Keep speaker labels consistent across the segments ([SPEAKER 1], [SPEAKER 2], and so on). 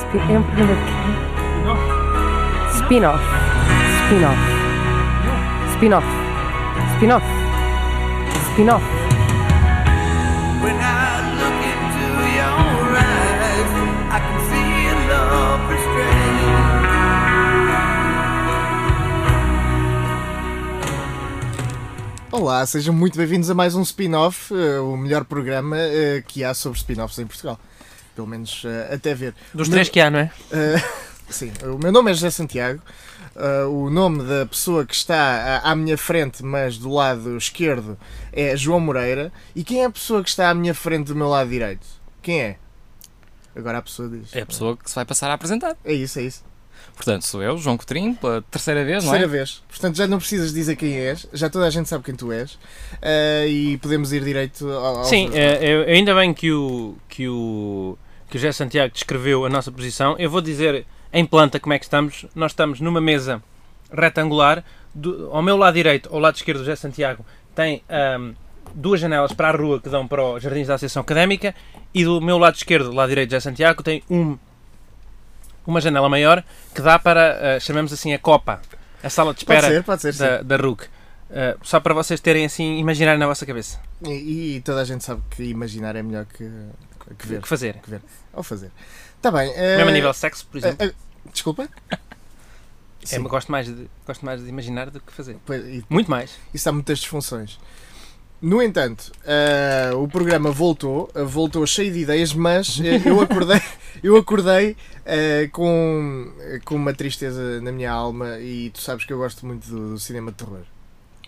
[SPEAKER 1] Spi- É um programa de quê? Spin-off. Spin-off. Spin-off. Spin-off. Spin-off.
[SPEAKER 2] When I look into your eyes, I can see a love restrained.
[SPEAKER 3] Olá, sejam muito bem-vindos a mais um spin-off, eh, o melhor programa eh, que há sobre spin-offs em Portugal. Pelo menos eh, até ver. Mas-
[SPEAKER 4] Dos três que há, não é?
[SPEAKER 3] Eh, sim, o meu nome é José Santiago. Eh, o nome da pessoa que está eh, à, à minha frente, mas do lado esquerdo, é João Moreira. E quem é a pessoa que está à minha frente do meu lado direito? Quem é? Agora a pessoa diz.
[SPEAKER 4] É a pessoa que se vai passar a apresentar.
[SPEAKER 3] É isso, é isso.
[SPEAKER 4] Portanto, sou eu, João Coutrinho, pela terceira vez,
[SPEAKER 3] Terceira
[SPEAKER 4] não é?
[SPEAKER 3] vez. Portanto, já não precisas dizer quem és, já toda a gente sabe quem tu és. Eh, e podemos ir direito ao. ao-
[SPEAKER 5] Sim, eh, eu- ainda bem que o, que o que o José Santiago descreveu a nossa posição. Eu vou dizer em planta como é que estamos. Nós estamos numa mesa retangular. Do- ao meu lado direito, ao lado esquerdo do José Santiago, tem ahm, duas janelas para a rua que dão para os jardins da Associação Académica e do meu lado esquerdo, lado direito do José Santiago, tem um, uma janela maior que dá para, ah, chamamos assim, a copa, a sala de
[SPEAKER 3] Pode
[SPEAKER 5] espera
[SPEAKER 3] ser, pode ser. sim.
[SPEAKER 5] da, da RUC. Ah, só para vocês terem assim, imaginarem na vossa cabeça
[SPEAKER 3] E, e toda a gente sabe que imaginar é melhor que, que
[SPEAKER 5] o
[SPEAKER 3] ver,
[SPEAKER 5] que fazer.
[SPEAKER 3] ou fazer. Está bem. eh,
[SPEAKER 5] Mesmo a nível de sexo, por
[SPEAKER 3] eh,
[SPEAKER 5] exemplo.
[SPEAKER 3] eh, desculpa?
[SPEAKER 5] É, mas gosto, mais de, gosto mais de imaginar do que fazer.
[SPEAKER 3] Pois, e-
[SPEAKER 5] Muito mais.
[SPEAKER 3] Isso há muitas disfunções. No entanto, eh, o programa voltou, eh, voltou cheio de ideias, mas eh, eu acordei, eu acordei eh, com, eh, com uma tristeza na minha alma e tu sabes que eu gosto muito do cinema de terror.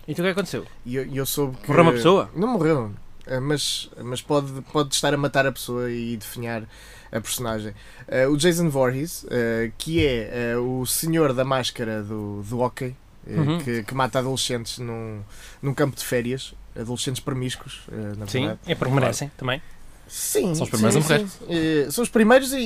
[SPEAKER 5] Então o que aconteceu?
[SPEAKER 3] E eu, e eu soube que.
[SPEAKER 5] Morreu uma pessoa?
[SPEAKER 3] Não morreu. eh, Mas, mas pode, pode estar a matar a pessoa e definhar a personagem. Eh, o Jason Voorhees, eh, que é eh, o senhor da máscara do, do hockey, eh,
[SPEAKER 5] Uhum.
[SPEAKER 3] que, que mata adolescentes num, num campo de férias, adolescentes promíscuos, eh, na
[SPEAKER 5] Sim,
[SPEAKER 3] verdade.
[SPEAKER 5] é porque merecem também.
[SPEAKER 3] Sim,
[SPEAKER 4] São os primeiros
[SPEAKER 3] sim,
[SPEAKER 4] a morrer.
[SPEAKER 3] sim. Eh, são os primeiros e,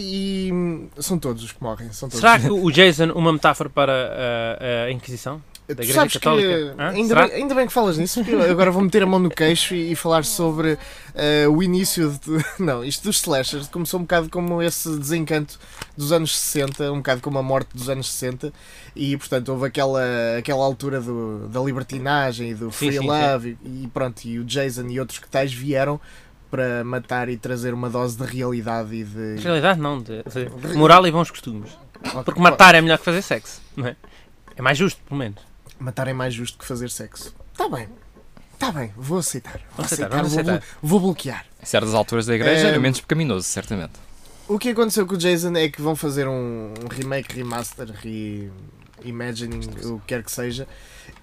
[SPEAKER 3] e são todos os que morrem. São todos.
[SPEAKER 5] Será que o Jason uma metáfora para ah, a Inquisição?
[SPEAKER 3] Tu
[SPEAKER 5] Igreja
[SPEAKER 3] sabes
[SPEAKER 5] Católica?
[SPEAKER 3] que
[SPEAKER 5] Hã?
[SPEAKER 3] ainda
[SPEAKER 5] Será?
[SPEAKER 3] bem, ainda bem que falas nisso, porque eu agora vou meter a mão no queixo e, e falar sobre eh, o início de, não, isto dos slashers começou um bocado como esse desencanto dos anos 60, um bocado como a morte dos anos 60, e portanto houve aquela, aquela altura do, da libertinagem e do
[SPEAKER 5] Sim,
[SPEAKER 3] free
[SPEAKER 5] sim,
[SPEAKER 3] love E, e pronto, e o Jason e outros que tais vieram para matar e trazer uma dose de realidade e de.
[SPEAKER 5] Na realidade, não. De, de moral e bons costumes. Porque matar é melhor que fazer sexo, não é? É mais justo, pelo menos.
[SPEAKER 3] Matar é mais justo que fazer sexo. Tá bem. Tá bem, vou aceitar. Vou
[SPEAKER 5] aceitar, vamos
[SPEAKER 3] vou
[SPEAKER 5] aceitar.
[SPEAKER 3] blo- Vou bloquear.
[SPEAKER 4] Em certas alturas da igreja
[SPEAKER 3] É.
[SPEAKER 4] era menos pecaminoso, certamente.
[SPEAKER 3] O que aconteceu com o Jason é que vão fazer um, um remake, remaster, re... imagining, o que quer que seja,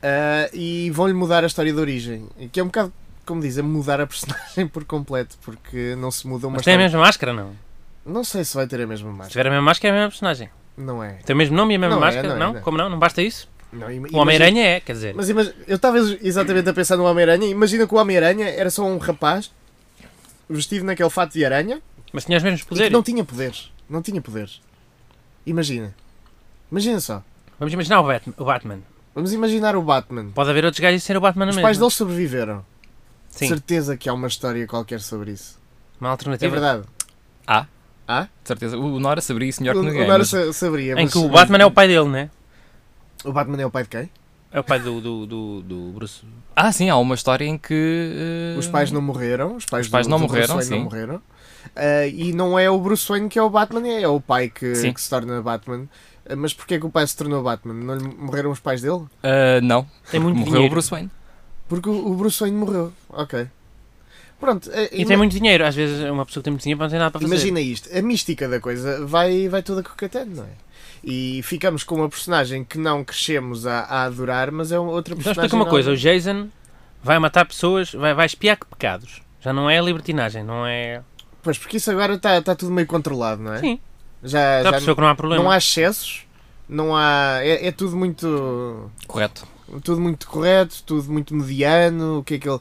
[SPEAKER 3] ah, e vão-lhe mudar a história de origem. Que é um bocado, como dizem, mudar a personagem por completo, porque não se muda uma
[SPEAKER 5] Mas tem a
[SPEAKER 3] história.
[SPEAKER 5] mesma máscara, não?
[SPEAKER 3] Não sei se vai ter a mesma
[SPEAKER 5] Se
[SPEAKER 3] máscara.
[SPEAKER 5] tiver a mesma máscara, é a mesma personagem.
[SPEAKER 3] Não é.
[SPEAKER 5] Tem o mesmo nome e a mesma
[SPEAKER 3] Não é,
[SPEAKER 5] máscara?
[SPEAKER 3] não é, não é.
[SPEAKER 5] Como não? Não basta isso?
[SPEAKER 3] Não, ima-
[SPEAKER 5] O Homem-Aranha é, quer dizer.
[SPEAKER 3] Mas imagina, eu estava exatamente a pensar no Homem-Aranha. Imagina que o Homem-Aranha era só um rapaz vestido naquele fato de aranha
[SPEAKER 5] Mas tinha os mesmos
[SPEAKER 3] E que
[SPEAKER 5] poderes.
[SPEAKER 3] não tinha poderes. Não tinha poderes. Imagina. Imagina só.
[SPEAKER 5] Vamos imaginar o Batman. o Batman.
[SPEAKER 3] Vamos imaginar o Batman.
[SPEAKER 5] Pode haver outros gajos a ser o Batman
[SPEAKER 3] Os
[SPEAKER 5] mesmo.
[SPEAKER 3] pais deles sobreviveram.
[SPEAKER 5] Sim,
[SPEAKER 3] Certeza que há uma história qualquer sobre isso. É
[SPEAKER 5] uma alternativa.
[SPEAKER 3] verdade.
[SPEAKER 4] De certeza. O Nora saberia isso melhor
[SPEAKER 3] O,
[SPEAKER 4] que
[SPEAKER 3] o
[SPEAKER 4] ninguém.
[SPEAKER 3] Nora
[SPEAKER 4] mas
[SPEAKER 3] sa- saberia.
[SPEAKER 5] Em
[SPEAKER 3] mas-
[SPEAKER 5] que o Batman é o pai dele, né?
[SPEAKER 3] O Batman é o pai de quem?
[SPEAKER 5] É o pai do, do, do, do Bruce.
[SPEAKER 4] Ah, sim, há uma história em que. eh,
[SPEAKER 3] Os pais não morreram. Os pais,
[SPEAKER 4] Os pais
[SPEAKER 3] do-
[SPEAKER 4] não
[SPEAKER 3] do Bruce
[SPEAKER 4] morreram,
[SPEAKER 3] Wayne não
[SPEAKER 4] sim.
[SPEAKER 3] morreram. Ah, e não é o Bruce Wayne que é o Batman, é o pai que,
[SPEAKER 4] Sim.
[SPEAKER 3] que se torna Batman. Ah, Mas porquê que o pai se tornou Batman? Não lhe morreram os pais dele?
[SPEAKER 4] eh, não,
[SPEAKER 5] Tem muito
[SPEAKER 4] morreu o
[SPEAKER 5] dinheiro.
[SPEAKER 4] Bruce Wayne.
[SPEAKER 3] Porque o o Bruce Wayne morreu. Ok. Pronto. ah,
[SPEAKER 5] E
[SPEAKER 3] ima-
[SPEAKER 5] tem muito dinheiro. Às vezes uma pessoa que tem muito dinheiro não tem nada para fazer.
[SPEAKER 3] Imagina isto, a mística da coisa vai, vai toda cocatando, não é? E ficamos com uma personagem que não crescemos a, a adorar, mas é outra
[SPEAKER 5] Então
[SPEAKER 3] personagem.
[SPEAKER 5] explica uma
[SPEAKER 3] nova.
[SPEAKER 5] coisa. O Jason vai matar pessoas, vai, vai espiar que pecados. Já não é libertinagem, não é...
[SPEAKER 3] Pois, porque isso agora está tá tudo meio controlado, não é?
[SPEAKER 5] Sim.
[SPEAKER 3] Já,
[SPEAKER 5] Já
[SPEAKER 3] já
[SPEAKER 5] percebeu que não há problema.
[SPEAKER 3] não há excessos, não há. É, é tudo muito.
[SPEAKER 4] Correto.
[SPEAKER 3] Tudo muito correto, tudo muito mediano. O que é que ele.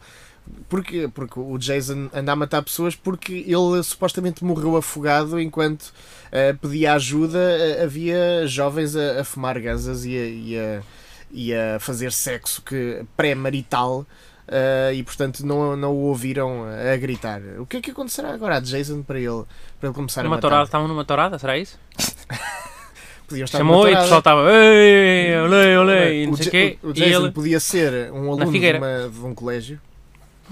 [SPEAKER 3] Porque, porque o Jason anda a matar pessoas porque ele supostamente morreu afogado enquanto eh, pedia ajuda. eh, havia jovens a, a fumar gansas e a, e, a, e a fazer sexo que pré-marital eh, e, portanto, não, não o ouviram a gritar. O que é que acontecerá agora a Jason para ele, para ele começar a
[SPEAKER 5] Numa
[SPEAKER 3] matar?
[SPEAKER 5] tourada, estavam numa tourada, será isso?
[SPEAKER 3] Podiam estar
[SPEAKER 5] Chamou e o
[SPEAKER 3] numa
[SPEAKER 5] pessoal
[SPEAKER 3] tourada.
[SPEAKER 5] estava. "Ei, Olê, olê, e não
[SPEAKER 3] O
[SPEAKER 5] sei
[SPEAKER 3] Ja-
[SPEAKER 5] o quê.
[SPEAKER 3] o- o
[SPEAKER 5] E
[SPEAKER 3] Jason
[SPEAKER 5] ele.
[SPEAKER 3] podia ser um aluno de,
[SPEAKER 5] Figueira.
[SPEAKER 3] uma- de um colégio.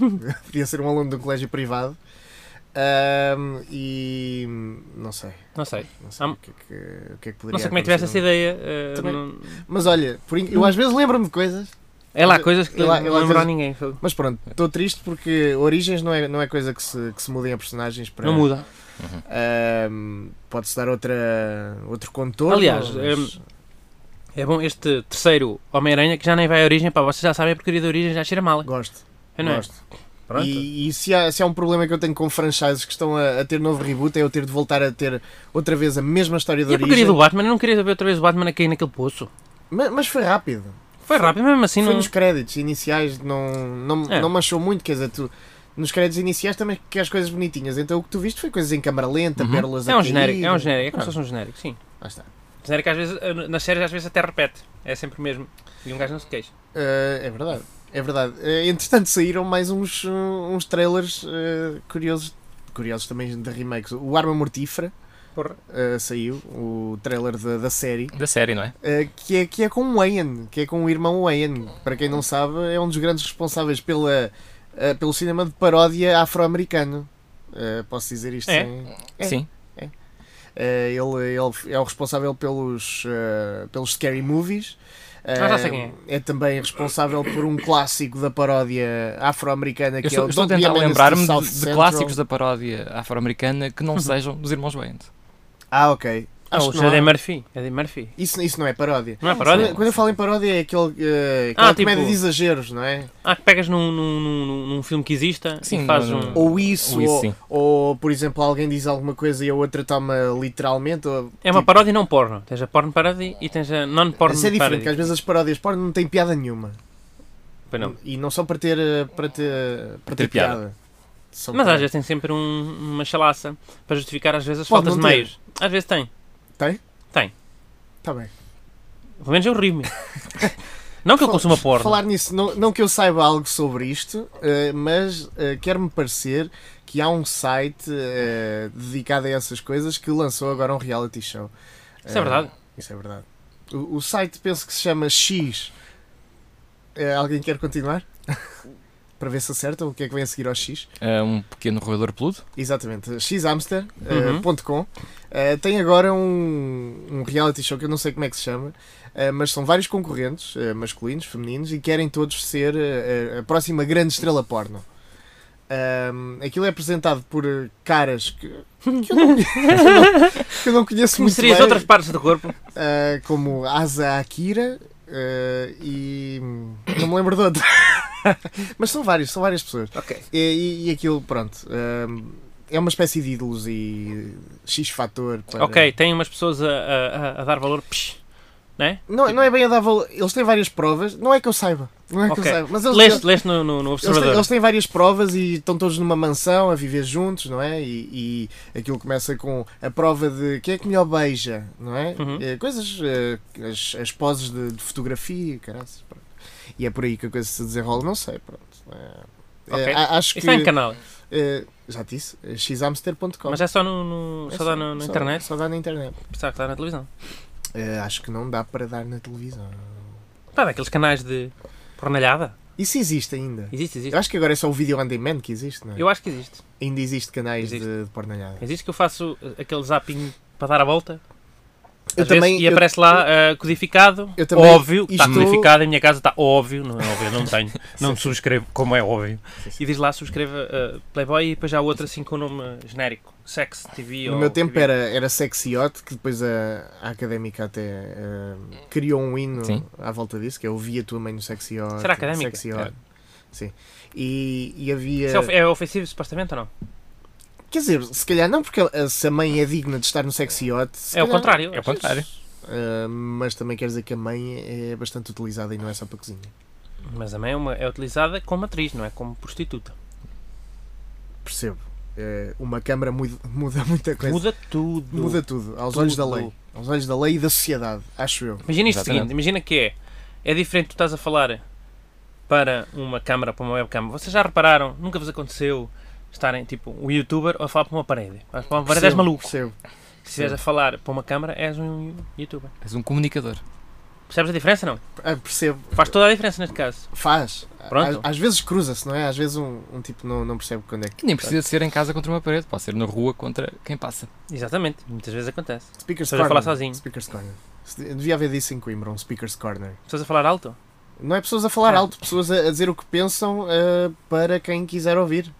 [SPEAKER 3] podia ser um aluno de um colégio privado. Ahm, e não sei,
[SPEAKER 5] Não sei.
[SPEAKER 3] não sei
[SPEAKER 5] Ah,
[SPEAKER 3] o, que é que, o que é que poderia
[SPEAKER 5] Não sei como é que tivesse
[SPEAKER 3] acontecer.
[SPEAKER 5] essa ideia. eh,
[SPEAKER 3] Também-
[SPEAKER 5] não-
[SPEAKER 3] Mas olha, por in- eu às vezes lembro-me de coisas
[SPEAKER 5] É lá, coisas que
[SPEAKER 3] Eu lá- eu
[SPEAKER 5] não
[SPEAKER 3] lá
[SPEAKER 5] lembrou
[SPEAKER 3] vezes-
[SPEAKER 5] ninguém.
[SPEAKER 3] Mas pronto, estou triste porque Origens não é, não é coisa que se, que se mudem a personagens para.
[SPEAKER 5] Não muda.
[SPEAKER 3] Ahm, Pode-se dar outra, outro contorno.
[SPEAKER 5] Aliás,
[SPEAKER 3] mas-
[SPEAKER 5] É bom este terceiro Homem-Aranha que já nem vai à origem, pá, vocês já sabem a porcaria da origem, já cheira mal.
[SPEAKER 3] gosto.
[SPEAKER 5] Eu não é?
[SPEAKER 3] gosto. E, e se, há, se há um problema que eu tenho com franchises que estão a, a ter novo reboot, é eu ter de voltar a ter outra vez a mesma história de
[SPEAKER 5] E a porcaria
[SPEAKER 3] origem.
[SPEAKER 5] do Batman, eu não queria ver outra vez o Batman a cair naquele poço.
[SPEAKER 3] Mas, mas foi rápido.
[SPEAKER 5] Foi rápido, mesmo assim
[SPEAKER 3] foi
[SPEAKER 5] não.
[SPEAKER 3] nos créditos iniciais, não, não,
[SPEAKER 5] É.
[SPEAKER 3] não manchou muito. Quer dizer, tu nos créditos iniciais também queres coisas bonitinhas. Então o que tu viste foi coisas em câmara lenta, pérolas a
[SPEAKER 5] É um
[SPEAKER 3] cair.
[SPEAKER 5] genérico, é um genérico, é como se fosse um genérico, sim.
[SPEAKER 3] Lá está.
[SPEAKER 5] Genérico às vezes, eh, nas séries às vezes até repete, é sempre o mesmo. E um gajo não se queixa.
[SPEAKER 3] Uh, é verdade, é verdade. Uh, entretanto, saíram mais uns, uh, uns trailers uh, curiosos, curiosos também de remakes. O Arma Mortífera
[SPEAKER 5] Porra.
[SPEAKER 3] uh, saiu, o trailer da, da série,
[SPEAKER 4] Da série, não é?
[SPEAKER 3] uh, que, é, que é com o Wayne, que é com o irmão Wayne. Para quem não sabe, é um dos grandes responsáveis pela, uh, pelo cinema de paródia afro-americano. Uh, posso dizer isto
[SPEAKER 5] É.
[SPEAKER 3] sem. É.
[SPEAKER 4] Sim.
[SPEAKER 3] Eh, ele, ele é o responsável pelos, eh, pelos Scary Movies.
[SPEAKER 5] Ah, já sei
[SPEAKER 3] Eh,
[SPEAKER 5] quem
[SPEAKER 3] é. também responsável por um clássico da paródia afro-americana que
[SPEAKER 4] Eu estou,
[SPEAKER 3] é o
[SPEAKER 4] estou a
[SPEAKER 3] Don't Be
[SPEAKER 4] tentar
[SPEAKER 3] Menace to
[SPEAKER 4] lembrar-me
[SPEAKER 3] South
[SPEAKER 4] de, de
[SPEAKER 3] Central.
[SPEAKER 4] clássicos da paródia afro-americana que não sejam dos Irmãos Wayans.
[SPEAKER 3] Ah, ok.
[SPEAKER 5] Ah,
[SPEAKER 3] Acho
[SPEAKER 5] o
[SPEAKER 3] que não há-
[SPEAKER 4] é
[SPEAKER 5] Eddie Murphy. Eddie Murphy.
[SPEAKER 3] isso, isso não é paródia.
[SPEAKER 5] Não é
[SPEAKER 3] Quando-
[SPEAKER 5] paródia?
[SPEAKER 3] Quando eu falo em paródia é aquele, eh, aquela
[SPEAKER 5] Ah, tipo-
[SPEAKER 3] comédia de exageros, não é?
[SPEAKER 5] Ah, que pegas num, num, num, num filme que exista
[SPEAKER 4] Sim,
[SPEAKER 5] e fazes
[SPEAKER 4] não,
[SPEAKER 5] um.
[SPEAKER 4] não.
[SPEAKER 3] Ou isso,
[SPEAKER 4] Ou isso,
[SPEAKER 3] ou,
[SPEAKER 4] sim.
[SPEAKER 3] ou, por exemplo, alguém diz alguma coisa e a outra toma literalmente. Ou,
[SPEAKER 5] É uma
[SPEAKER 3] tipo,
[SPEAKER 5] paródia e não porno. Tens a porno parody e tens a non-porno
[SPEAKER 3] Isso é diferente,
[SPEAKER 5] parody.
[SPEAKER 3] que às vezes as paródias porno não têm piada nenhuma.
[SPEAKER 5] Pois não.
[SPEAKER 3] E não só para ter, eh, para ter, para ter,
[SPEAKER 4] ter piada.
[SPEAKER 3] piada. Só
[SPEAKER 5] Mas
[SPEAKER 3] para-
[SPEAKER 5] às vezes tem sempre um- uma chalaça para justificar às vezes as
[SPEAKER 3] Pode
[SPEAKER 5] faltas de
[SPEAKER 3] não ter.
[SPEAKER 5] meios. Às vezes tem.
[SPEAKER 3] Tá bem.
[SPEAKER 5] Pelo menos eu rio-me. não que eu
[SPEAKER 3] Fal-
[SPEAKER 5] consuma porno.
[SPEAKER 3] Falar nisso, não, não que eu saiba algo sobre isto, eh, mas eh, quer-me parecer que há um site eh, dedicado a essas coisas que lançou agora um reality show.
[SPEAKER 5] Isso é
[SPEAKER 3] Eh,
[SPEAKER 5] verdade.
[SPEAKER 3] Isso é verdade. O, o site penso que se chama X. Eh, alguém quer continuar? Para ver se acertam o que é que vem a seguir ao X.
[SPEAKER 4] É um pequeno roedor peludo.
[SPEAKER 3] Exatamente, eh,
[SPEAKER 5] Uhum.
[SPEAKER 3] xamster.com Eh, tem agora um, um reality show que eu não sei como é que se chama, eh, mas são vários concorrentes, eh, masculinos, femininos, e querem todos ser eh, a próxima grande estrela porno. Ahm, aquilo é apresentado por eh, caras que, que eu, não, que eu não conheço muito
[SPEAKER 5] Serias
[SPEAKER 3] bem,
[SPEAKER 5] outras partes do corpo.
[SPEAKER 3] eh, como Asa Akira eh, e hum, não me lembro de outro. mas são vários, são várias pessoas.
[SPEAKER 5] Ok.
[SPEAKER 3] E, e- e aquilo, pronto. hum, é uma espécie de ídolos e X-fator. para-
[SPEAKER 5] Ok, tem umas pessoas a, a- a- a dar valor. Psh. Né?
[SPEAKER 3] Não, não é bem a dar valor. Eles têm várias provas. Não é que eu saiba. Não é que
[SPEAKER 5] Ok.
[SPEAKER 3] eu saiba. Mas eles, eles-
[SPEAKER 5] Leste, leste no, no- no
[SPEAKER 3] eles, têm,
[SPEAKER 5] observador.
[SPEAKER 3] eles têm várias provas e estão todos numa mansão a viver juntos, não é? E, e aquilo começa com a prova de quem é que melhor beija, não é?
[SPEAKER 5] Uhum.
[SPEAKER 3] Eh, Coisas. eh, As, as poses de, de fotografia, caraças. pronto. E é por aí que a coisa se desenrola. Não sei, pronto. Eh,
[SPEAKER 5] Ok.
[SPEAKER 3] eh, a- acho
[SPEAKER 5] Isto está em
[SPEAKER 3] que.
[SPEAKER 5] canal.
[SPEAKER 3] eh, já te disse, eh, xamster.com.
[SPEAKER 5] Mas é só no. no-
[SPEAKER 3] É
[SPEAKER 5] só dá no- na internet.
[SPEAKER 3] Só dá na internet.
[SPEAKER 5] Pensava que dá na televisão.
[SPEAKER 3] Eh, acho que não dá para dar na televisão.
[SPEAKER 5] Pá, daqueles canais de pornalhada.
[SPEAKER 3] Isso existe ainda.
[SPEAKER 5] Existe,
[SPEAKER 3] Eu
[SPEAKER 5] existe.
[SPEAKER 3] acho que agora é só o vídeo on demand que existe, não é?
[SPEAKER 5] Eu acho que existe.
[SPEAKER 3] Ainda existe canais
[SPEAKER 5] Existe.
[SPEAKER 3] de, de pornalhada.
[SPEAKER 5] Existe que eu faço eh, aquele zapping para dar a volta.
[SPEAKER 3] Eu
[SPEAKER 5] Às vezes,
[SPEAKER 3] também-
[SPEAKER 5] e
[SPEAKER 3] eu-
[SPEAKER 5] aparece lá ah, codificado,
[SPEAKER 3] eu também-
[SPEAKER 5] óbvio, está
[SPEAKER 3] isto-
[SPEAKER 5] codificado, em minha casa está óbvio, não é óbvio, não tenho, não me subscrevo, como é óbvio. E diz lá, subscreva ah, Playboy e depois já há outro assim com o nome genérico, Sex TV
[SPEAKER 3] No
[SPEAKER 5] ou...
[SPEAKER 3] meu tempo
[SPEAKER 5] TV.
[SPEAKER 3] era, era Sexy Hot, que depois a, a académica até eh, criou um hino
[SPEAKER 4] Sim.
[SPEAKER 3] à volta disso, que é ouvia tua mãe no Sexy Hot.
[SPEAKER 5] Será académica? É.
[SPEAKER 3] Sexy Hot. Sim. E, e havia.
[SPEAKER 5] Isso é of- é ofensivo supostamente ou não?
[SPEAKER 3] Quer dizer, se calhar não, porque eh, se a mãe é digna de estar no Sexy Hot. se
[SPEAKER 5] É o
[SPEAKER 3] calhar-
[SPEAKER 5] contrário.
[SPEAKER 4] É o contrário.
[SPEAKER 3] Eh, mas também quer dizer que a mãe é bastante utilizada e não é só para a cozinha.
[SPEAKER 5] Mas a mãe é, uma- é utilizada como atriz, não é como prostituta.
[SPEAKER 3] Percebo. Eh, uma câmara muda, muda muita coisa.
[SPEAKER 5] Muda tudo.
[SPEAKER 3] Muda tudo, aos olhos da
[SPEAKER 5] Tudo.
[SPEAKER 3] lei. Aos olhos da lei e da sociedade, acho eu.
[SPEAKER 5] Imagina isto
[SPEAKER 4] Exatamente.
[SPEAKER 5] seguinte, imagina que é. É diferente tu estás a falar para uma câmara, para uma webcam. Vocês já repararam, nunca vos aconteceu estarem tipo um youtuber a falar para uma parede. Vais para uma parede, és
[SPEAKER 3] Percebo,
[SPEAKER 5] maluco.
[SPEAKER 3] Percebo.
[SPEAKER 5] Se estiveres a falar para uma câmara, és um youtuber.
[SPEAKER 4] És um comunicador.
[SPEAKER 5] Percebes a diferença? Não.
[SPEAKER 3] Ah, percebo.
[SPEAKER 5] Faz toda a diferença neste caso.
[SPEAKER 3] Faz.
[SPEAKER 5] Pronto.
[SPEAKER 3] Às, às vezes cruza-se, não é? Às vezes um, um tipo não, não percebe quando é que.
[SPEAKER 4] Que nem precisa de ser em casa contra uma parede, pode ser na rua contra quem passa.
[SPEAKER 5] Exatamente. Muitas vezes acontece.
[SPEAKER 3] Speakers
[SPEAKER 5] Estás a falar
[SPEAKER 3] Corner.
[SPEAKER 5] sozinho.
[SPEAKER 3] Speakers Corner. Se- Devia haver disso em Coimbra, um Speakers Corner.
[SPEAKER 5] Pessoas a falar alto.
[SPEAKER 3] Não é pessoas a falar
[SPEAKER 5] Ah.
[SPEAKER 3] alto, pessoas a, a dizer o que pensam ah, para quem quiser ouvir.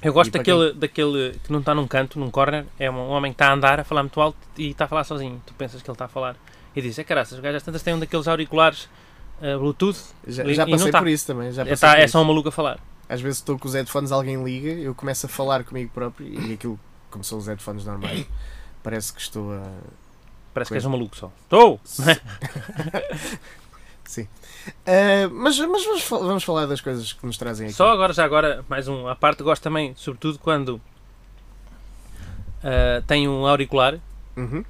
[SPEAKER 5] Eu gosto
[SPEAKER 3] E para
[SPEAKER 5] daquele, daquele que não está num canto, num corner, é um homem que está a andar, a falar muito alto e está a falar sozinho. Tu pensas que ele está a falar. E dizes, é caraças, os gajos às tantas têm um daqueles auriculares eh, Bluetooth,
[SPEAKER 3] Já,
[SPEAKER 5] E-
[SPEAKER 3] já
[SPEAKER 5] e não
[SPEAKER 3] passei
[SPEAKER 5] tá.
[SPEAKER 3] por isso também. Já
[SPEAKER 5] é,
[SPEAKER 3] passei
[SPEAKER 5] tá,
[SPEAKER 3] por
[SPEAKER 5] é
[SPEAKER 3] isso.
[SPEAKER 5] só um maluco a falar.
[SPEAKER 3] Às vezes estou com os headphones, alguém liga, eu começo a falar comigo próprio e aquilo, como são os headphones normais, parece que estou a.
[SPEAKER 5] Parece que
[SPEAKER 3] Pois.
[SPEAKER 5] és um maluco só. Estou! é?
[SPEAKER 3] Sim. Ah, mas mas vamos, fal- vamos falar das coisas que nos trazem aqui.
[SPEAKER 5] Só agora, já agora, mais um à parte, gosto também, sobretudo quando ah, tem um auricular
[SPEAKER 3] Uhum.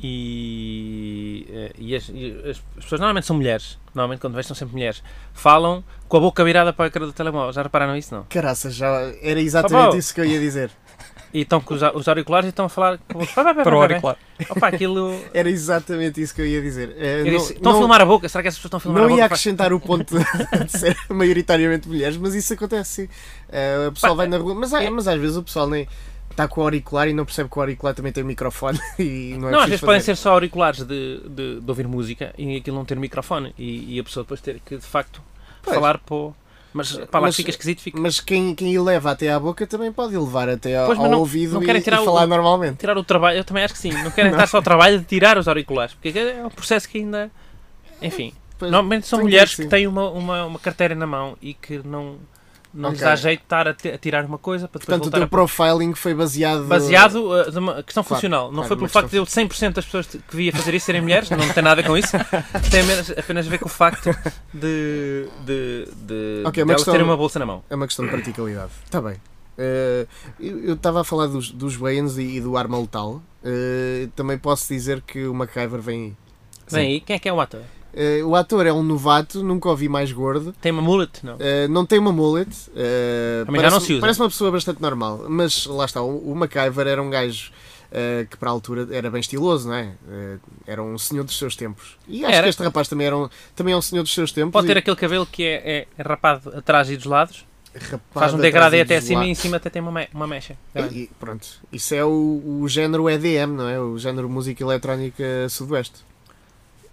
[SPEAKER 5] e, eh, e as, e as pessoas normalmente são mulheres, normalmente quando vejo são sempre mulheres, falam com a boca virada para a cara do telemóvel, já repararam isso não?
[SPEAKER 3] Caraças, já era exatamente
[SPEAKER 5] Opa!
[SPEAKER 3] isso que eu ia dizer.
[SPEAKER 5] E estão com os, au- os auriculares e estão a falar com vai, vai, vai,
[SPEAKER 4] Para o
[SPEAKER 5] vai, vai.
[SPEAKER 4] auricular.
[SPEAKER 5] Opa, aquilo...
[SPEAKER 3] Era exatamente isso que eu ia dizer. Ah,
[SPEAKER 5] Eu
[SPEAKER 3] não-
[SPEAKER 5] disse, estão a
[SPEAKER 3] não-
[SPEAKER 5] filmar a boca, será que essas pessoas estão a filmar
[SPEAKER 3] Não
[SPEAKER 5] a
[SPEAKER 3] ia
[SPEAKER 5] boca? Faz-
[SPEAKER 3] acrescentar o ponto de ser maioritariamente mulheres, mas isso acontece. sim. Eh, o pessoal vai na rua, mas, há-
[SPEAKER 5] é-
[SPEAKER 3] mas às vezes o pessoal nem está com o auricular e não percebe que o auricular também tem microfone e não é
[SPEAKER 5] Não, às vezes
[SPEAKER 3] preciso
[SPEAKER 5] podem
[SPEAKER 3] fazer.
[SPEAKER 5] ser só auriculares de, de, de ouvir música e aquilo não ter microfone e, e a pessoa depois ter que, de facto,
[SPEAKER 3] Pois.
[SPEAKER 5] falar para o... Mas, pá, lá
[SPEAKER 3] Mas-
[SPEAKER 5] fica esquisito, fica...
[SPEAKER 3] Mas quem, quem eleva até à boca também pode elevar até ao,
[SPEAKER 5] Pois, mas
[SPEAKER 3] ao
[SPEAKER 5] não-
[SPEAKER 3] ouvido
[SPEAKER 5] não
[SPEAKER 3] e,
[SPEAKER 5] querem
[SPEAKER 3] e
[SPEAKER 5] tirar o-
[SPEAKER 3] falar normalmente.
[SPEAKER 5] Tirar o trabalho, eu também acho que sim. Não querem estar só ao trabalho de tirar os auriculares, porque é um processo que ainda. Enfim.
[SPEAKER 3] Pois,
[SPEAKER 5] Normalmente são
[SPEAKER 3] tem que
[SPEAKER 5] mulheres
[SPEAKER 3] ser.
[SPEAKER 5] que têm uma, uma, uma carteira na mão e que não, não lhes
[SPEAKER 3] Ok.
[SPEAKER 5] dá jeito de estar a, ti- a tirar uma coisa para depois
[SPEAKER 3] Portanto, o
[SPEAKER 5] voltar
[SPEAKER 3] teu
[SPEAKER 5] a...
[SPEAKER 3] profiling foi baseado.
[SPEAKER 5] Baseado uh, numa questão
[SPEAKER 3] Claro,
[SPEAKER 5] funcional. Não
[SPEAKER 3] claro,
[SPEAKER 5] foi pelo
[SPEAKER 3] uma
[SPEAKER 5] facto de eu 100% das pessoas que via fazer isso serem mulheres, não tem nada a ver com isso. Tem apenas, apenas a ver com o facto de, de, de,
[SPEAKER 3] Ok,
[SPEAKER 5] de
[SPEAKER 3] uma
[SPEAKER 5] elas
[SPEAKER 3] questão-
[SPEAKER 5] terem uma bolsa na mão.
[SPEAKER 3] É uma questão de praticalidade. Está bem. Eh, eu eu estava a falar dos, dos Wayans e, e do ar mortal. Eh, também posso dizer que o MacGyver vem aí.
[SPEAKER 5] Vem aí, quem é que é o ator?
[SPEAKER 3] Eh, o ator é um novato, nunca o vi mais gordo.
[SPEAKER 5] Tem uma mullet? Não.
[SPEAKER 3] Eh, não tem uma mullet. eh,
[SPEAKER 5] Também
[SPEAKER 3] parece,
[SPEAKER 5] já não se usa.
[SPEAKER 3] parece uma pessoa bastante normal. Mas lá está, o, o MacGyver era um gajo eh, que para a altura era bem estiloso, não é? Eh, era um senhor dos seus tempos. E acho
[SPEAKER 5] Era.
[SPEAKER 3] que este rapaz também, era um, também é um senhor dos seus tempos.
[SPEAKER 5] Pode ter
[SPEAKER 3] e
[SPEAKER 5] aquele cabelo que é- é rapado atrás e dos lados.
[SPEAKER 3] rapado
[SPEAKER 5] Faz um
[SPEAKER 3] atrás
[SPEAKER 5] degradê
[SPEAKER 3] e
[SPEAKER 5] até
[SPEAKER 3] dos
[SPEAKER 5] acima e em
[SPEAKER 3] lados.
[SPEAKER 5] cima até tem uma, me- uma mecha. grande.
[SPEAKER 3] E, e pronto, isso é o, o género EDM, não é? O género música eletrónica sudoeste.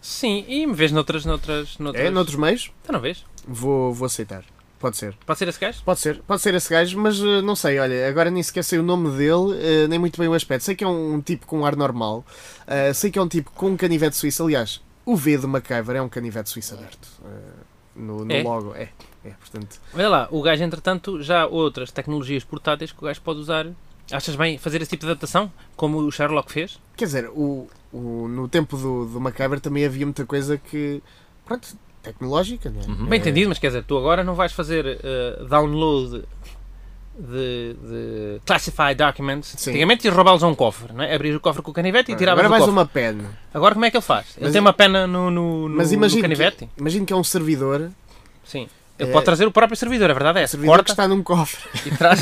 [SPEAKER 5] Sim, e me vês noutras, noutras, noutras...
[SPEAKER 3] É, noutros meios,
[SPEAKER 5] Então não vês?
[SPEAKER 3] vou, vou aceitar. Pode ser.
[SPEAKER 5] Pode ser esse gajo?
[SPEAKER 3] Pode ser, pode ser esse gajo, mas eh, não sei, olha, agora nem sequer sei o nome dele, eh, nem muito bem o aspecto. Sei que é um, um tipo com ar normal, eh, sei que é um tipo com um canivete suíço. Aliás, o V de MacGyver é um canivete suíço aberto. eh, no no
[SPEAKER 5] É?
[SPEAKER 3] logo, é. É, portanto.
[SPEAKER 5] Olha lá, o gajo entretanto já há outras tecnologias portáteis que o gajo pode usar. Achas bem fazer esse tipo de adaptação? Como o Sherlock fez?
[SPEAKER 3] Quer dizer, o, o- no tempo do, do MacGyver também havia muita coisa que. Pronto, tecnológica, não é?
[SPEAKER 5] Uhum. Bem
[SPEAKER 3] Eh,
[SPEAKER 5] entendido, mas quer dizer, tu agora não vais fazer eh, download de, de classified documents.
[SPEAKER 3] Sim.
[SPEAKER 5] Antigamente ias roubá-los a um cofre, não é? Abrias o cofre com o canivete e tiravas
[SPEAKER 3] Agora
[SPEAKER 5] o
[SPEAKER 3] mais
[SPEAKER 5] cofre.
[SPEAKER 3] uma pen.
[SPEAKER 5] Agora como é que ele faz? Ele
[SPEAKER 3] Mas
[SPEAKER 5] tem
[SPEAKER 3] i-
[SPEAKER 5] uma pena no, no, no,
[SPEAKER 3] Mas
[SPEAKER 5] no
[SPEAKER 3] imagino
[SPEAKER 5] canivete?
[SPEAKER 3] que, imagino que é um servidor.
[SPEAKER 5] Sim. Ele
[SPEAKER 3] É-
[SPEAKER 5] pode trazer o próprio servidor, a verdade é essa.
[SPEAKER 3] servidor que
[SPEAKER 5] Corta
[SPEAKER 3] está num cofre.
[SPEAKER 5] e traz...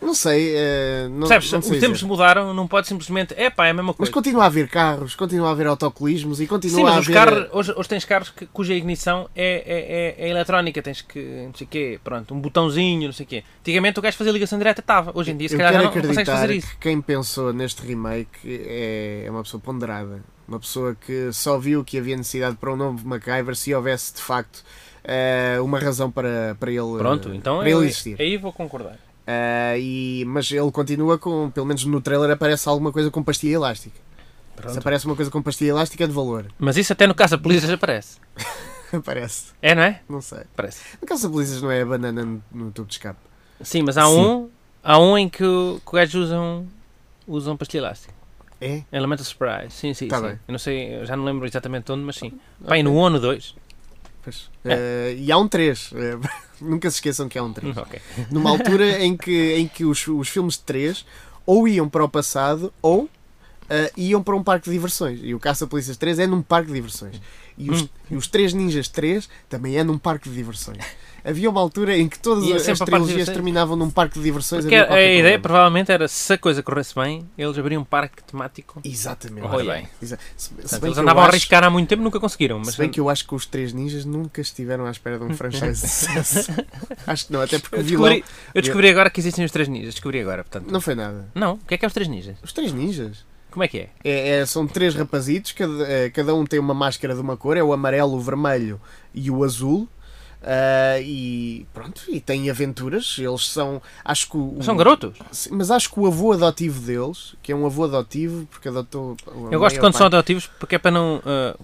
[SPEAKER 3] Não sei. eh, não,
[SPEAKER 5] Percebes? um-
[SPEAKER 3] não sei
[SPEAKER 5] Os tempos
[SPEAKER 3] dizer.
[SPEAKER 5] mudaram, não pode simplesmente. É pá, é a mesma
[SPEAKER 3] Mas
[SPEAKER 5] coisa.
[SPEAKER 3] continua a haver carros, continua a haver autocolismos e continua
[SPEAKER 5] Sim,
[SPEAKER 3] a
[SPEAKER 5] mas os
[SPEAKER 3] haver.
[SPEAKER 5] carros, hoje, hoje tens carros que- cuja ignição é, é, é, é eletrónica, tens que, não sei o quê, pronto, um botãozinho, não sei o quê. Antigamente o gajo fazia ligação direta, estava. Hoje em dia, se
[SPEAKER 3] Eu
[SPEAKER 5] calhar, já
[SPEAKER 3] quero
[SPEAKER 5] não, não consegues
[SPEAKER 3] acreditar
[SPEAKER 5] fazer isso.
[SPEAKER 3] que quem pensou neste remake é, é uma pessoa ponderada. Uma pessoa que só viu que havia necessidade para um novo MacGyver se houvesse de facto eh, uma razão para, para ele, eh,
[SPEAKER 5] Pronto, então
[SPEAKER 3] para
[SPEAKER 5] eu-
[SPEAKER 3] ele existir.
[SPEAKER 5] aí vou concordar.
[SPEAKER 3] Eh, e- mas ele continua com, pelo menos no trailer, aparece alguma coisa com pastilha elástica. Se
[SPEAKER 5] Pronto.
[SPEAKER 3] aparece uma coisa com pastilha elástica é de valor.
[SPEAKER 5] Mas isso até no caso da polícia já aparece.
[SPEAKER 3] aparece,
[SPEAKER 5] É, não é?
[SPEAKER 3] não sei.
[SPEAKER 5] Parece.
[SPEAKER 3] No caso da polícia não é a banana no, no tubo de escape.
[SPEAKER 5] Sim, mas há
[SPEAKER 4] Sim.
[SPEAKER 5] um. Há um em que o, que o gajo usa um, usa um pastilha elástica.
[SPEAKER 3] É?
[SPEAKER 5] Elemental Surprise, sim, sim,
[SPEAKER 3] Tá
[SPEAKER 5] sim.
[SPEAKER 3] bem.
[SPEAKER 5] Eu não sei, eu já não lembro exatamente onde, mas sim. Pá, e no 1 ou no 2?
[SPEAKER 3] Pois. Eh, e há um 3. nunca se esqueçam que há um 3.
[SPEAKER 5] Ok.
[SPEAKER 3] Numa altura em que, em que os, os filmes de 3 ou iam para o passado ou eh, iam para um parque de diversões. E o Caça Polícias 3 é num parque de diversões. E os, e os Três Ninjas 3 também é num parque de diversões. Havia uma altura em que todas
[SPEAKER 5] E é
[SPEAKER 3] as
[SPEAKER 5] sempre a parte de
[SPEAKER 3] trilogias
[SPEAKER 5] diversões.
[SPEAKER 3] terminavam num parque de diversões.
[SPEAKER 5] Porque é
[SPEAKER 3] havia
[SPEAKER 5] a
[SPEAKER 3] qualquer
[SPEAKER 5] ideia
[SPEAKER 3] problema.
[SPEAKER 5] provavelmente era se a coisa corresse bem, eles abriam um parque temático.
[SPEAKER 3] Exatamente.
[SPEAKER 5] Ora bem.
[SPEAKER 3] Exa- se- se
[SPEAKER 5] Portanto,
[SPEAKER 3] bem
[SPEAKER 5] eles
[SPEAKER 3] que eu
[SPEAKER 5] andavam a
[SPEAKER 3] acho-
[SPEAKER 5] arriscar há muito tempo, nunca conseguiram. Mas
[SPEAKER 3] Se bem que eu acho que os três ninjas nunca estiveram à espera de um franchise de sucesso. acho que não, até porque
[SPEAKER 5] eu
[SPEAKER 3] o vilão.
[SPEAKER 5] descobri, eu descobri agora que existem os três ninjas. Descobri agora, portanto.
[SPEAKER 3] Não foi nada.
[SPEAKER 5] Não, o que é que é os três ninjas?
[SPEAKER 3] Os três ninjas.
[SPEAKER 5] Como é que é?
[SPEAKER 3] É- é- são três rapazitos, cada, eh, cada um tem uma máscara de uma cor, é o amarelo, o vermelho e o azul. Ah, e pronto, e têm aventuras. Eles são. Acho que o,
[SPEAKER 5] São garotos.
[SPEAKER 3] Sim, mas acho que o avô adotivo deles, que é um avô adotivo, porque adotou. a mãe
[SPEAKER 5] Eu gosto
[SPEAKER 3] ou
[SPEAKER 5] quando
[SPEAKER 3] pai,
[SPEAKER 5] são adotivos porque é para não. ah,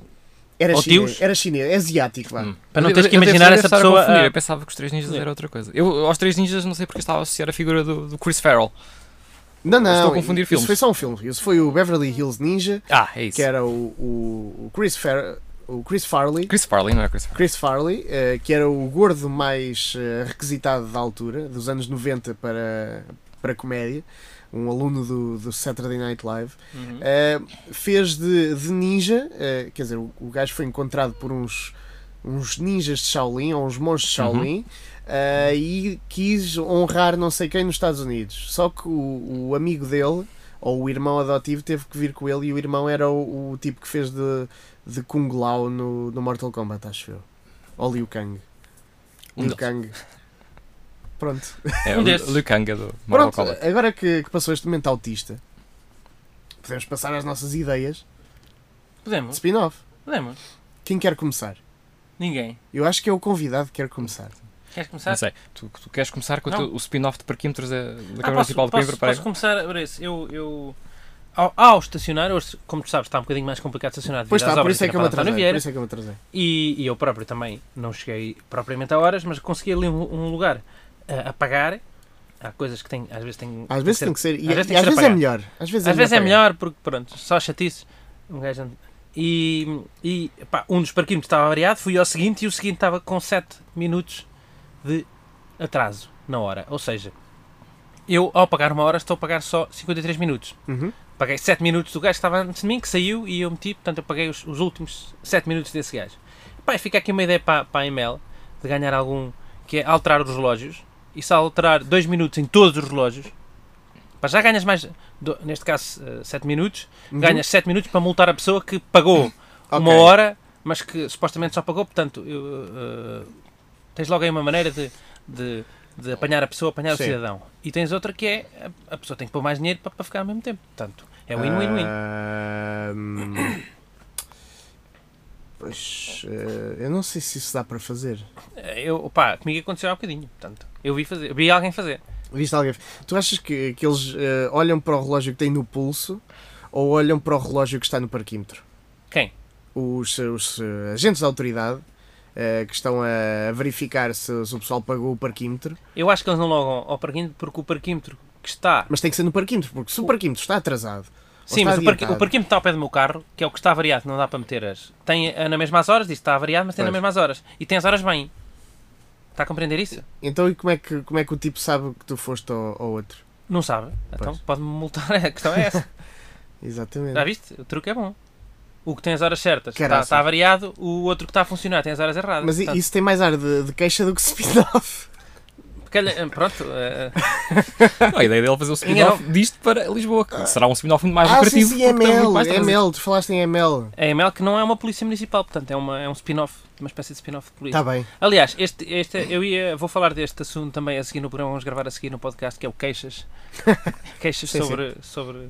[SPEAKER 3] Era
[SPEAKER 5] ou
[SPEAKER 3] chinês,
[SPEAKER 5] tios.
[SPEAKER 3] era chinês, é asiático, vá.
[SPEAKER 4] Hum.
[SPEAKER 5] Para não
[SPEAKER 4] Eu-
[SPEAKER 5] teres
[SPEAKER 4] eu-
[SPEAKER 5] que
[SPEAKER 4] eu devo-
[SPEAKER 5] imaginar
[SPEAKER 4] eu devo
[SPEAKER 5] essa
[SPEAKER 4] estar a
[SPEAKER 5] pessoa eh,
[SPEAKER 4] confundir,
[SPEAKER 5] a-
[SPEAKER 4] Eu pensava que os Três Ninjas
[SPEAKER 5] Yeah.
[SPEAKER 4] era outra coisa. Eu, aos Três Ninjas, não sei porque estava a associar a figura do, do Chris Farrell.
[SPEAKER 3] Não, não,
[SPEAKER 4] Estou a confundir
[SPEAKER 3] isso
[SPEAKER 4] filmes.
[SPEAKER 3] foi só um filme. Isso foi o Beverly Hills Ninja,
[SPEAKER 4] Ah, é isso.
[SPEAKER 3] que era o, o, o Chris Fer- o Chris Farley,
[SPEAKER 4] Chris Farley, não é Chris Farley.
[SPEAKER 3] Chris Farley, eh, que era o gordo mais eh, requisitado da altura, dos anos 90 para, para comédia, um aluno do, do Saturday Night Live, eh, fez de, de ninja, eh, quer dizer, o, o gajo foi encontrado por uns, uns ninjas de Shaolin, ou uns monges de Shaolin, eh, e quis honrar não sei quem nos Estados Unidos. Só que o, o amigo dele, ou o irmão adotivo, teve que vir com ele, e o irmão era o, o tipo que fez de, de Kung Lao no, no Mortal Kombat, acho eu. Ou Liu Kang.
[SPEAKER 4] Um
[SPEAKER 3] Liu
[SPEAKER 4] deles.
[SPEAKER 3] Kang. Pronto.
[SPEAKER 4] É
[SPEAKER 5] Um
[SPEAKER 4] o
[SPEAKER 5] desses. eh,
[SPEAKER 4] Liu Kang é do Mortal
[SPEAKER 3] Pronto,
[SPEAKER 4] Kombat.
[SPEAKER 3] agora que, que passou este momento autista, podemos passar às nossas ideias de
[SPEAKER 5] Podemos,
[SPEAKER 3] spin-off.
[SPEAKER 5] podemos.
[SPEAKER 3] Quem quer começar?
[SPEAKER 5] Ninguém.
[SPEAKER 3] Eu acho que é o convidado que quer começar.
[SPEAKER 5] Queres começar?
[SPEAKER 4] Não sei. Tu, tu queres começar com o
[SPEAKER 5] tá. Não.
[SPEAKER 4] teu- o spin-off de Parquímetros eh, da, da
[SPEAKER 5] Ah,
[SPEAKER 4] Câmara Municipal de
[SPEAKER 5] posso,
[SPEAKER 4] Coimbra para
[SPEAKER 5] posso começar a isso. Eu, eu ao, ao estacionar, hoje, como tu sabes, está um bocadinho mais complicado estacionar devido
[SPEAKER 3] Pois
[SPEAKER 5] às
[SPEAKER 3] está, por
[SPEAKER 5] obras
[SPEAKER 3] isso é
[SPEAKER 5] aqui
[SPEAKER 3] que
[SPEAKER 5] na
[SPEAKER 3] eu me
[SPEAKER 5] Praça António
[SPEAKER 3] atrasei. Por
[SPEAKER 5] Vieira.
[SPEAKER 3] isso é que eu me atrasei.
[SPEAKER 5] E, e eu próprio também não cheguei propriamente a horas, mas consegui ali um, um lugar a, a pagar. Há coisas que tem, às vezes tem
[SPEAKER 3] Às vezes tem que ser.
[SPEAKER 5] às
[SPEAKER 3] E
[SPEAKER 5] vezes
[SPEAKER 3] e às
[SPEAKER 5] tem que ser
[SPEAKER 3] vezes é
[SPEAKER 5] apagado.
[SPEAKER 3] melhor. Às vezes é
[SPEAKER 5] Às vezes é
[SPEAKER 3] pagar.
[SPEAKER 5] melhor porque, pronto, só chatice. Um gajo anda- E, e pá, um dos parquímetros estava variado, fui ao seguinte e o seguinte estava com 7 minutos de atraso na hora. Ou seja, eu ao pagar uma hora estou a pagar só 53 minutos.
[SPEAKER 3] Uhum.
[SPEAKER 5] Paguei 7 minutos do gajo que estava antes de mim, que saiu e eu meti, portanto eu paguei os, os últimos 7 minutos desse gajo. Pá, e fica aqui uma ideia para, para a Emel de ganhar algum, que é alterar os relógios. E se alterar 2 minutos em todos os relógios, pá, já ganhas mais, do- neste caso 7 minutos,
[SPEAKER 3] Uhum.
[SPEAKER 5] ganhas 7 minutos para multar a pessoa que pagou uma
[SPEAKER 3] Ok.
[SPEAKER 5] hora, mas que supostamente só pagou, portanto eu, eh, tens logo aí uma maneira de, de, de apanhar a pessoa, apanhar
[SPEAKER 3] Sim.
[SPEAKER 5] o cidadão. E tens outra que é a- a pessoa tem que pôr mais dinheiro para, para ficar ao mesmo tempo. Portanto, é win-win-win.
[SPEAKER 3] Ah. Ahm, Pois. eh, eu não sei se isso dá para fazer.
[SPEAKER 5] Eh, Eu, pá, comigo aconteceu há bocadinho. Portanto, eu vi, fazer, vi alguém fazer.
[SPEAKER 3] Viste alguém. Tu achas que, que eles eh, olham para o relógio que tem no pulso ou olham para o relógio que está no parquímetro?
[SPEAKER 5] Quem?
[SPEAKER 3] os, os, eh, agentes da autoridade eh, que estão a verificar se, se o pessoal pagou o parquímetro,
[SPEAKER 5] Eu acho que eles não logam ao parquímetro porque o parquímetro que está.
[SPEAKER 3] mas tem que ser no parquímetro, porque se o parquímetro está atrasado, ou
[SPEAKER 5] Sim,
[SPEAKER 3] está
[SPEAKER 5] mas o, parqui,
[SPEAKER 3] adiantado,
[SPEAKER 5] o parquímetro está ao pé do meu carro, que é o que está variado, não dá para meter as. Tem eh, na mesma as horas, diz que está variado, mas tem nas
[SPEAKER 3] Pois.
[SPEAKER 5] mesmas horas. E tem as horas bem. Está a compreender isso?
[SPEAKER 3] então e como é, que, como é que o tipo sabe que tu foste ao, ao outro?
[SPEAKER 5] Não sabe. Então
[SPEAKER 3] Pois.
[SPEAKER 5] pode-me multar. A questão é essa.
[SPEAKER 3] Exatamente.
[SPEAKER 5] Já viste? O truque é bom. O que tem as horas certas está,
[SPEAKER 3] Caraças.
[SPEAKER 5] está variado, o outro que está a funcionar tem as horas erradas.
[SPEAKER 3] assim. Mas i-
[SPEAKER 5] Portanto,
[SPEAKER 3] isso tem mais ar de, de queixa do que spin-off.
[SPEAKER 5] calha- pronto, eh,
[SPEAKER 4] Não, a ideia dele é fazer o spin-off disto para Lisboa, que será um spin-off muito mais
[SPEAKER 3] Ah, sim,
[SPEAKER 4] lucrativo.
[SPEAKER 3] sim,
[SPEAKER 5] é
[SPEAKER 4] porque tem muito
[SPEAKER 3] ML,
[SPEAKER 4] mais trânsito.
[SPEAKER 3] ML, tu falaste em ML.
[SPEAKER 5] a ML que não é uma polícia municipal, portanto é, uma, é um spin-off, uma espécie de spin-off de polícia.
[SPEAKER 3] Está Tá bem.
[SPEAKER 5] Aliás, este, este, eu ia, vou falar deste assunto também a seguir no programa, vamos gravar a seguir no podcast, que é o queixas. Queixas
[SPEAKER 3] Sim, sim.
[SPEAKER 5] sobre, sobre...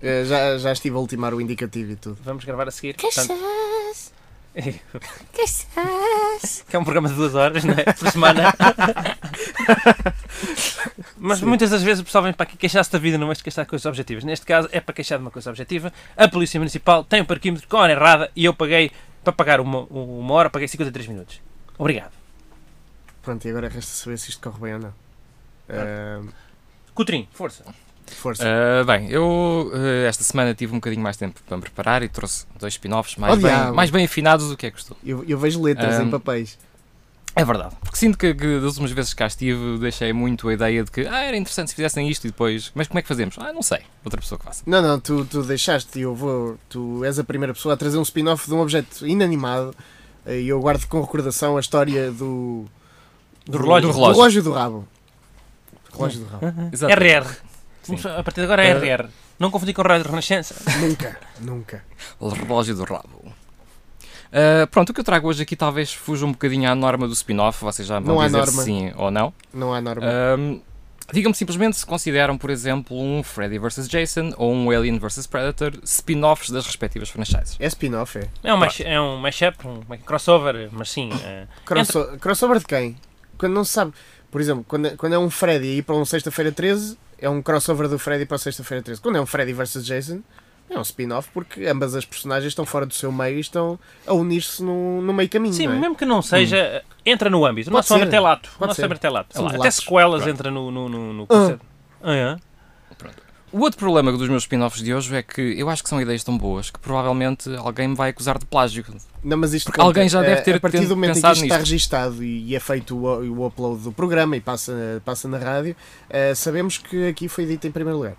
[SPEAKER 3] Eh, já, já estive a ultimar o indicativo e tudo.
[SPEAKER 5] Vamos gravar a seguir.
[SPEAKER 6] Queixas!
[SPEAKER 5] portanto-
[SPEAKER 6] Queixas!
[SPEAKER 5] que é um programa de duas horas, não é? Por semana. Mas muitas das vezes o pessoal vem para aqui queixar-se da vida, não é de queixar de coisas objetivas. Neste caso, é para queixar de uma coisa objetiva. A Polícia Municipal tem o parquímetro com a hora errada e eu paguei, para pagar uma, uma hora, paguei 53 minutos. Obrigado.
[SPEAKER 3] Pronto, e agora resta saber se isto corre bem ou não. Eh,
[SPEAKER 5] Cotrim, força.
[SPEAKER 3] força.
[SPEAKER 4] Ah, bem, eu ah, esta semana tive um bocadinho mais tempo para me preparar e trouxe dois spin-offs mais,
[SPEAKER 3] Oh,
[SPEAKER 4] bem,
[SPEAKER 3] diabo.
[SPEAKER 4] mais bem afinados do que é costume.
[SPEAKER 3] Eu, eu vejo letras
[SPEAKER 4] Ahm.
[SPEAKER 3] em papéis.
[SPEAKER 4] É verdade. Porque sinto que, que das últimas vezes que cá estive, deixei muito a ideia de que ah, era interessante se fizessem isto e depois. Mas como é que fazemos? Ah, não sei. Outra pessoa que faça.
[SPEAKER 3] Não, não, tu, tu deixaste e eu vou. Tu és a primeira pessoa a trazer um spin-off de um objeto inanimado e eu guardo com recordação a história do.
[SPEAKER 4] Do
[SPEAKER 3] Do
[SPEAKER 4] relógio. Do relógio.
[SPEAKER 3] relógio do rabo. Relógio do rabo.
[SPEAKER 4] Exato.
[SPEAKER 5] RR. Vamos- A partir de agora é RR. Não confundir com Rádio Renascença.
[SPEAKER 3] nunca, nunca.
[SPEAKER 4] O relógio do rabo. Ah, pronto, o que eu trago hoje aqui talvez fuja um bocadinho à norma do spin-off, vocês já vão
[SPEAKER 3] Não há
[SPEAKER 4] dizer se
[SPEAKER 3] norma. Tá
[SPEAKER 4] sim ou não.
[SPEAKER 3] Não há
[SPEAKER 4] É.
[SPEAKER 3] norma.
[SPEAKER 4] Ahm, Digam-me simplesmente se consideram, por exemplo, um Freddy vs. Jason ou um Alien vs. Predator spin-offs das respectivas franchises.
[SPEAKER 3] É spin-off, é.
[SPEAKER 5] É um, mash, é um mashup, um crossover, mas sim. eh,
[SPEAKER 3] Crosso- Crossover de quem? Quando não se sabe. Por exemplo, quando é, quando é um Freddy e ir para um Sexta-feira 13, é um crossover do Freddy para o Sexta-feira 13. Quando é um Freddy vs. Jason, é um spin-off porque ambas as personagens estão fora do seu meio e estão a unir-se no, no meio caminho.
[SPEAKER 5] Sim,
[SPEAKER 3] não é?
[SPEAKER 5] mesmo que não seja,
[SPEAKER 4] Hum.
[SPEAKER 5] entra no âmbito. O
[SPEAKER 3] Pode
[SPEAKER 5] nosso
[SPEAKER 3] ser.
[SPEAKER 5] âmbito é lato. O
[SPEAKER 3] Pode
[SPEAKER 5] nosso
[SPEAKER 3] ser.
[SPEAKER 5] âmbito é lato.
[SPEAKER 3] São
[SPEAKER 5] Até
[SPEAKER 3] latos.
[SPEAKER 5] sequelas entra no. no, no, no conceito. Ah, é?
[SPEAKER 4] O outro problema dos meus spin-offs de hoje é que eu acho que são ideias tão boas que provavelmente alguém me vai acusar de plágio.
[SPEAKER 3] Não, mas isto
[SPEAKER 4] Porque
[SPEAKER 3] conta.
[SPEAKER 4] alguém já
[SPEAKER 3] A-
[SPEAKER 4] deve ter
[SPEAKER 3] A partir
[SPEAKER 4] ten-
[SPEAKER 3] do momento em que
[SPEAKER 4] pensado
[SPEAKER 3] isto está
[SPEAKER 4] nisto.
[SPEAKER 3] registado e e é feito o, o upload do programa e passa, passa na rádio, eh, sabemos que aqui foi dito em primeiro lugar.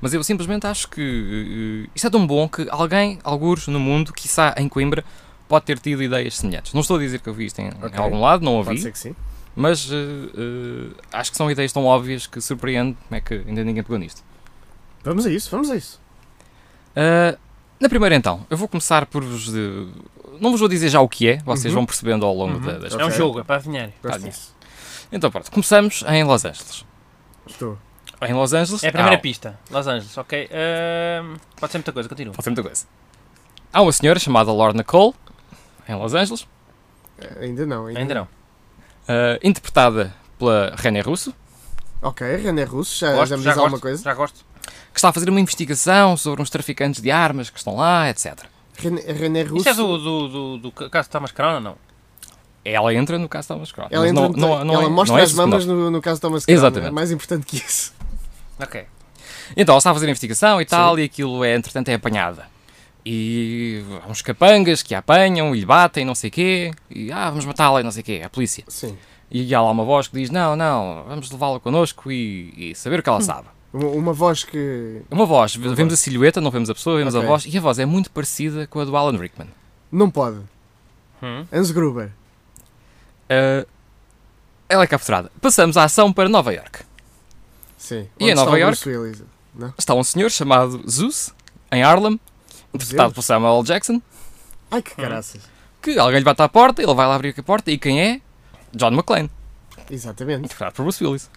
[SPEAKER 4] Mas eu simplesmente acho que eh, isto é tão bom que alguém, alguns no mundo, quiçá em Coimbra, pode ter tido ideias semelhantes. Não estou a dizer que eu vi isto em, em
[SPEAKER 3] Ok.
[SPEAKER 4] algum lado, não
[SPEAKER 3] Pode
[SPEAKER 4] ouvi,
[SPEAKER 3] ser que sim.
[SPEAKER 4] mas eh, eh, acho que são ideias tão óbvias que surpreende como é que ainda ninguém pegou nisto.
[SPEAKER 3] Vamos a isso, vamos a isso.
[SPEAKER 4] Ah, na primeira então, eu vou começar por vos... de- Não vos vou dizer já o que é, vocês
[SPEAKER 5] Uhum.
[SPEAKER 4] vão percebendo ao longo da, das...
[SPEAKER 5] É um
[SPEAKER 3] Ok.
[SPEAKER 5] jogo, é para adivinhar.
[SPEAKER 3] Gosto
[SPEAKER 4] Tá
[SPEAKER 3] disso.
[SPEAKER 4] Então pronto, começamos em Los Angeles.
[SPEAKER 3] Estou.
[SPEAKER 4] Em Los Angeles...
[SPEAKER 5] É a primeira
[SPEAKER 4] há-
[SPEAKER 5] pista. Los Angeles, ok. Ahm, pode ser muita coisa, continua.
[SPEAKER 4] Pode ser muita coisa. Há uma senhora chamada Lorna Cole, em Los Angeles,
[SPEAKER 3] Ainda não, ainda,
[SPEAKER 5] Ainda não.
[SPEAKER 4] Uh, interpretada pela René Russo,
[SPEAKER 3] Ok, René Russo, já,
[SPEAKER 5] Gosto,
[SPEAKER 3] Ah, já me
[SPEAKER 5] já
[SPEAKER 3] diz alguma
[SPEAKER 5] gosto,
[SPEAKER 3] coisa?
[SPEAKER 5] Já gosto.
[SPEAKER 4] que está a fazer uma investigação sobre uns traficantes de armas que estão lá, etc.
[SPEAKER 3] René, René Russo.
[SPEAKER 5] Isto é do, do, do, do caso de Thomas Crown ou não?
[SPEAKER 4] Ela entra no caso de Thomas Crown.
[SPEAKER 3] Ela,
[SPEAKER 4] mas
[SPEAKER 3] entra
[SPEAKER 4] não,
[SPEAKER 3] no-
[SPEAKER 4] não, não
[SPEAKER 3] ela
[SPEAKER 4] é-
[SPEAKER 3] mostra
[SPEAKER 4] não é
[SPEAKER 3] as
[SPEAKER 4] esse
[SPEAKER 3] mamas
[SPEAKER 4] spin-off.
[SPEAKER 3] no, no caso de Thomas Crown.
[SPEAKER 4] Exatamente.
[SPEAKER 3] É mais importante que isso.
[SPEAKER 5] Ok. É
[SPEAKER 4] Então, ela está a fazer investigação e tal, e aquilo é, entretanto, é apanhada. E há uns capangas que a apanham e lhe batem, não sei quê, e ah, vamos matá-la e não sei quê, a polícia.
[SPEAKER 3] Sim.
[SPEAKER 4] E há lá uma voz que diz: não, não, vamos levá-la connosco e, e saber o que
[SPEAKER 3] Hum.
[SPEAKER 4] ela sabe.
[SPEAKER 3] Uma, uma voz que
[SPEAKER 4] É uma voz, vemos a silhueta, não vemos a pessoa, vemos a
[SPEAKER 3] Ok.
[SPEAKER 4] voz, e a voz é muito parecida com a do Alan Rickman.
[SPEAKER 3] não pode.
[SPEAKER 5] Hum.
[SPEAKER 3] Hans Gruber.
[SPEAKER 4] Uh, ela é capturada. Passamos à ação para Nova York.
[SPEAKER 3] Sim.
[SPEAKER 4] E
[SPEAKER 3] Onde
[SPEAKER 4] em Nova
[SPEAKER 3] está o
[SPEAKER 4] Iorque?
[SPEAKER 3] Bruce Willis?
[SPEAKER 4] Está um senhor chamado Zeus, em Harlem, interpretado
[SPEAKER 3] Zeus?
[SPEAKER 4] por Samuel L. Jackson,
[SPEAKER 3] Ai
[SPEAKER 4] Hum.
[SPEAKER 3] que caraças.
[SPEAKER 4] que alguém lhe bate à porta, ele vai lá abrir a porta e quem é? John McClane,
[SPEAKER 3] Exatamente.
[SPEAKER 4] interpretado por Bruce Willis.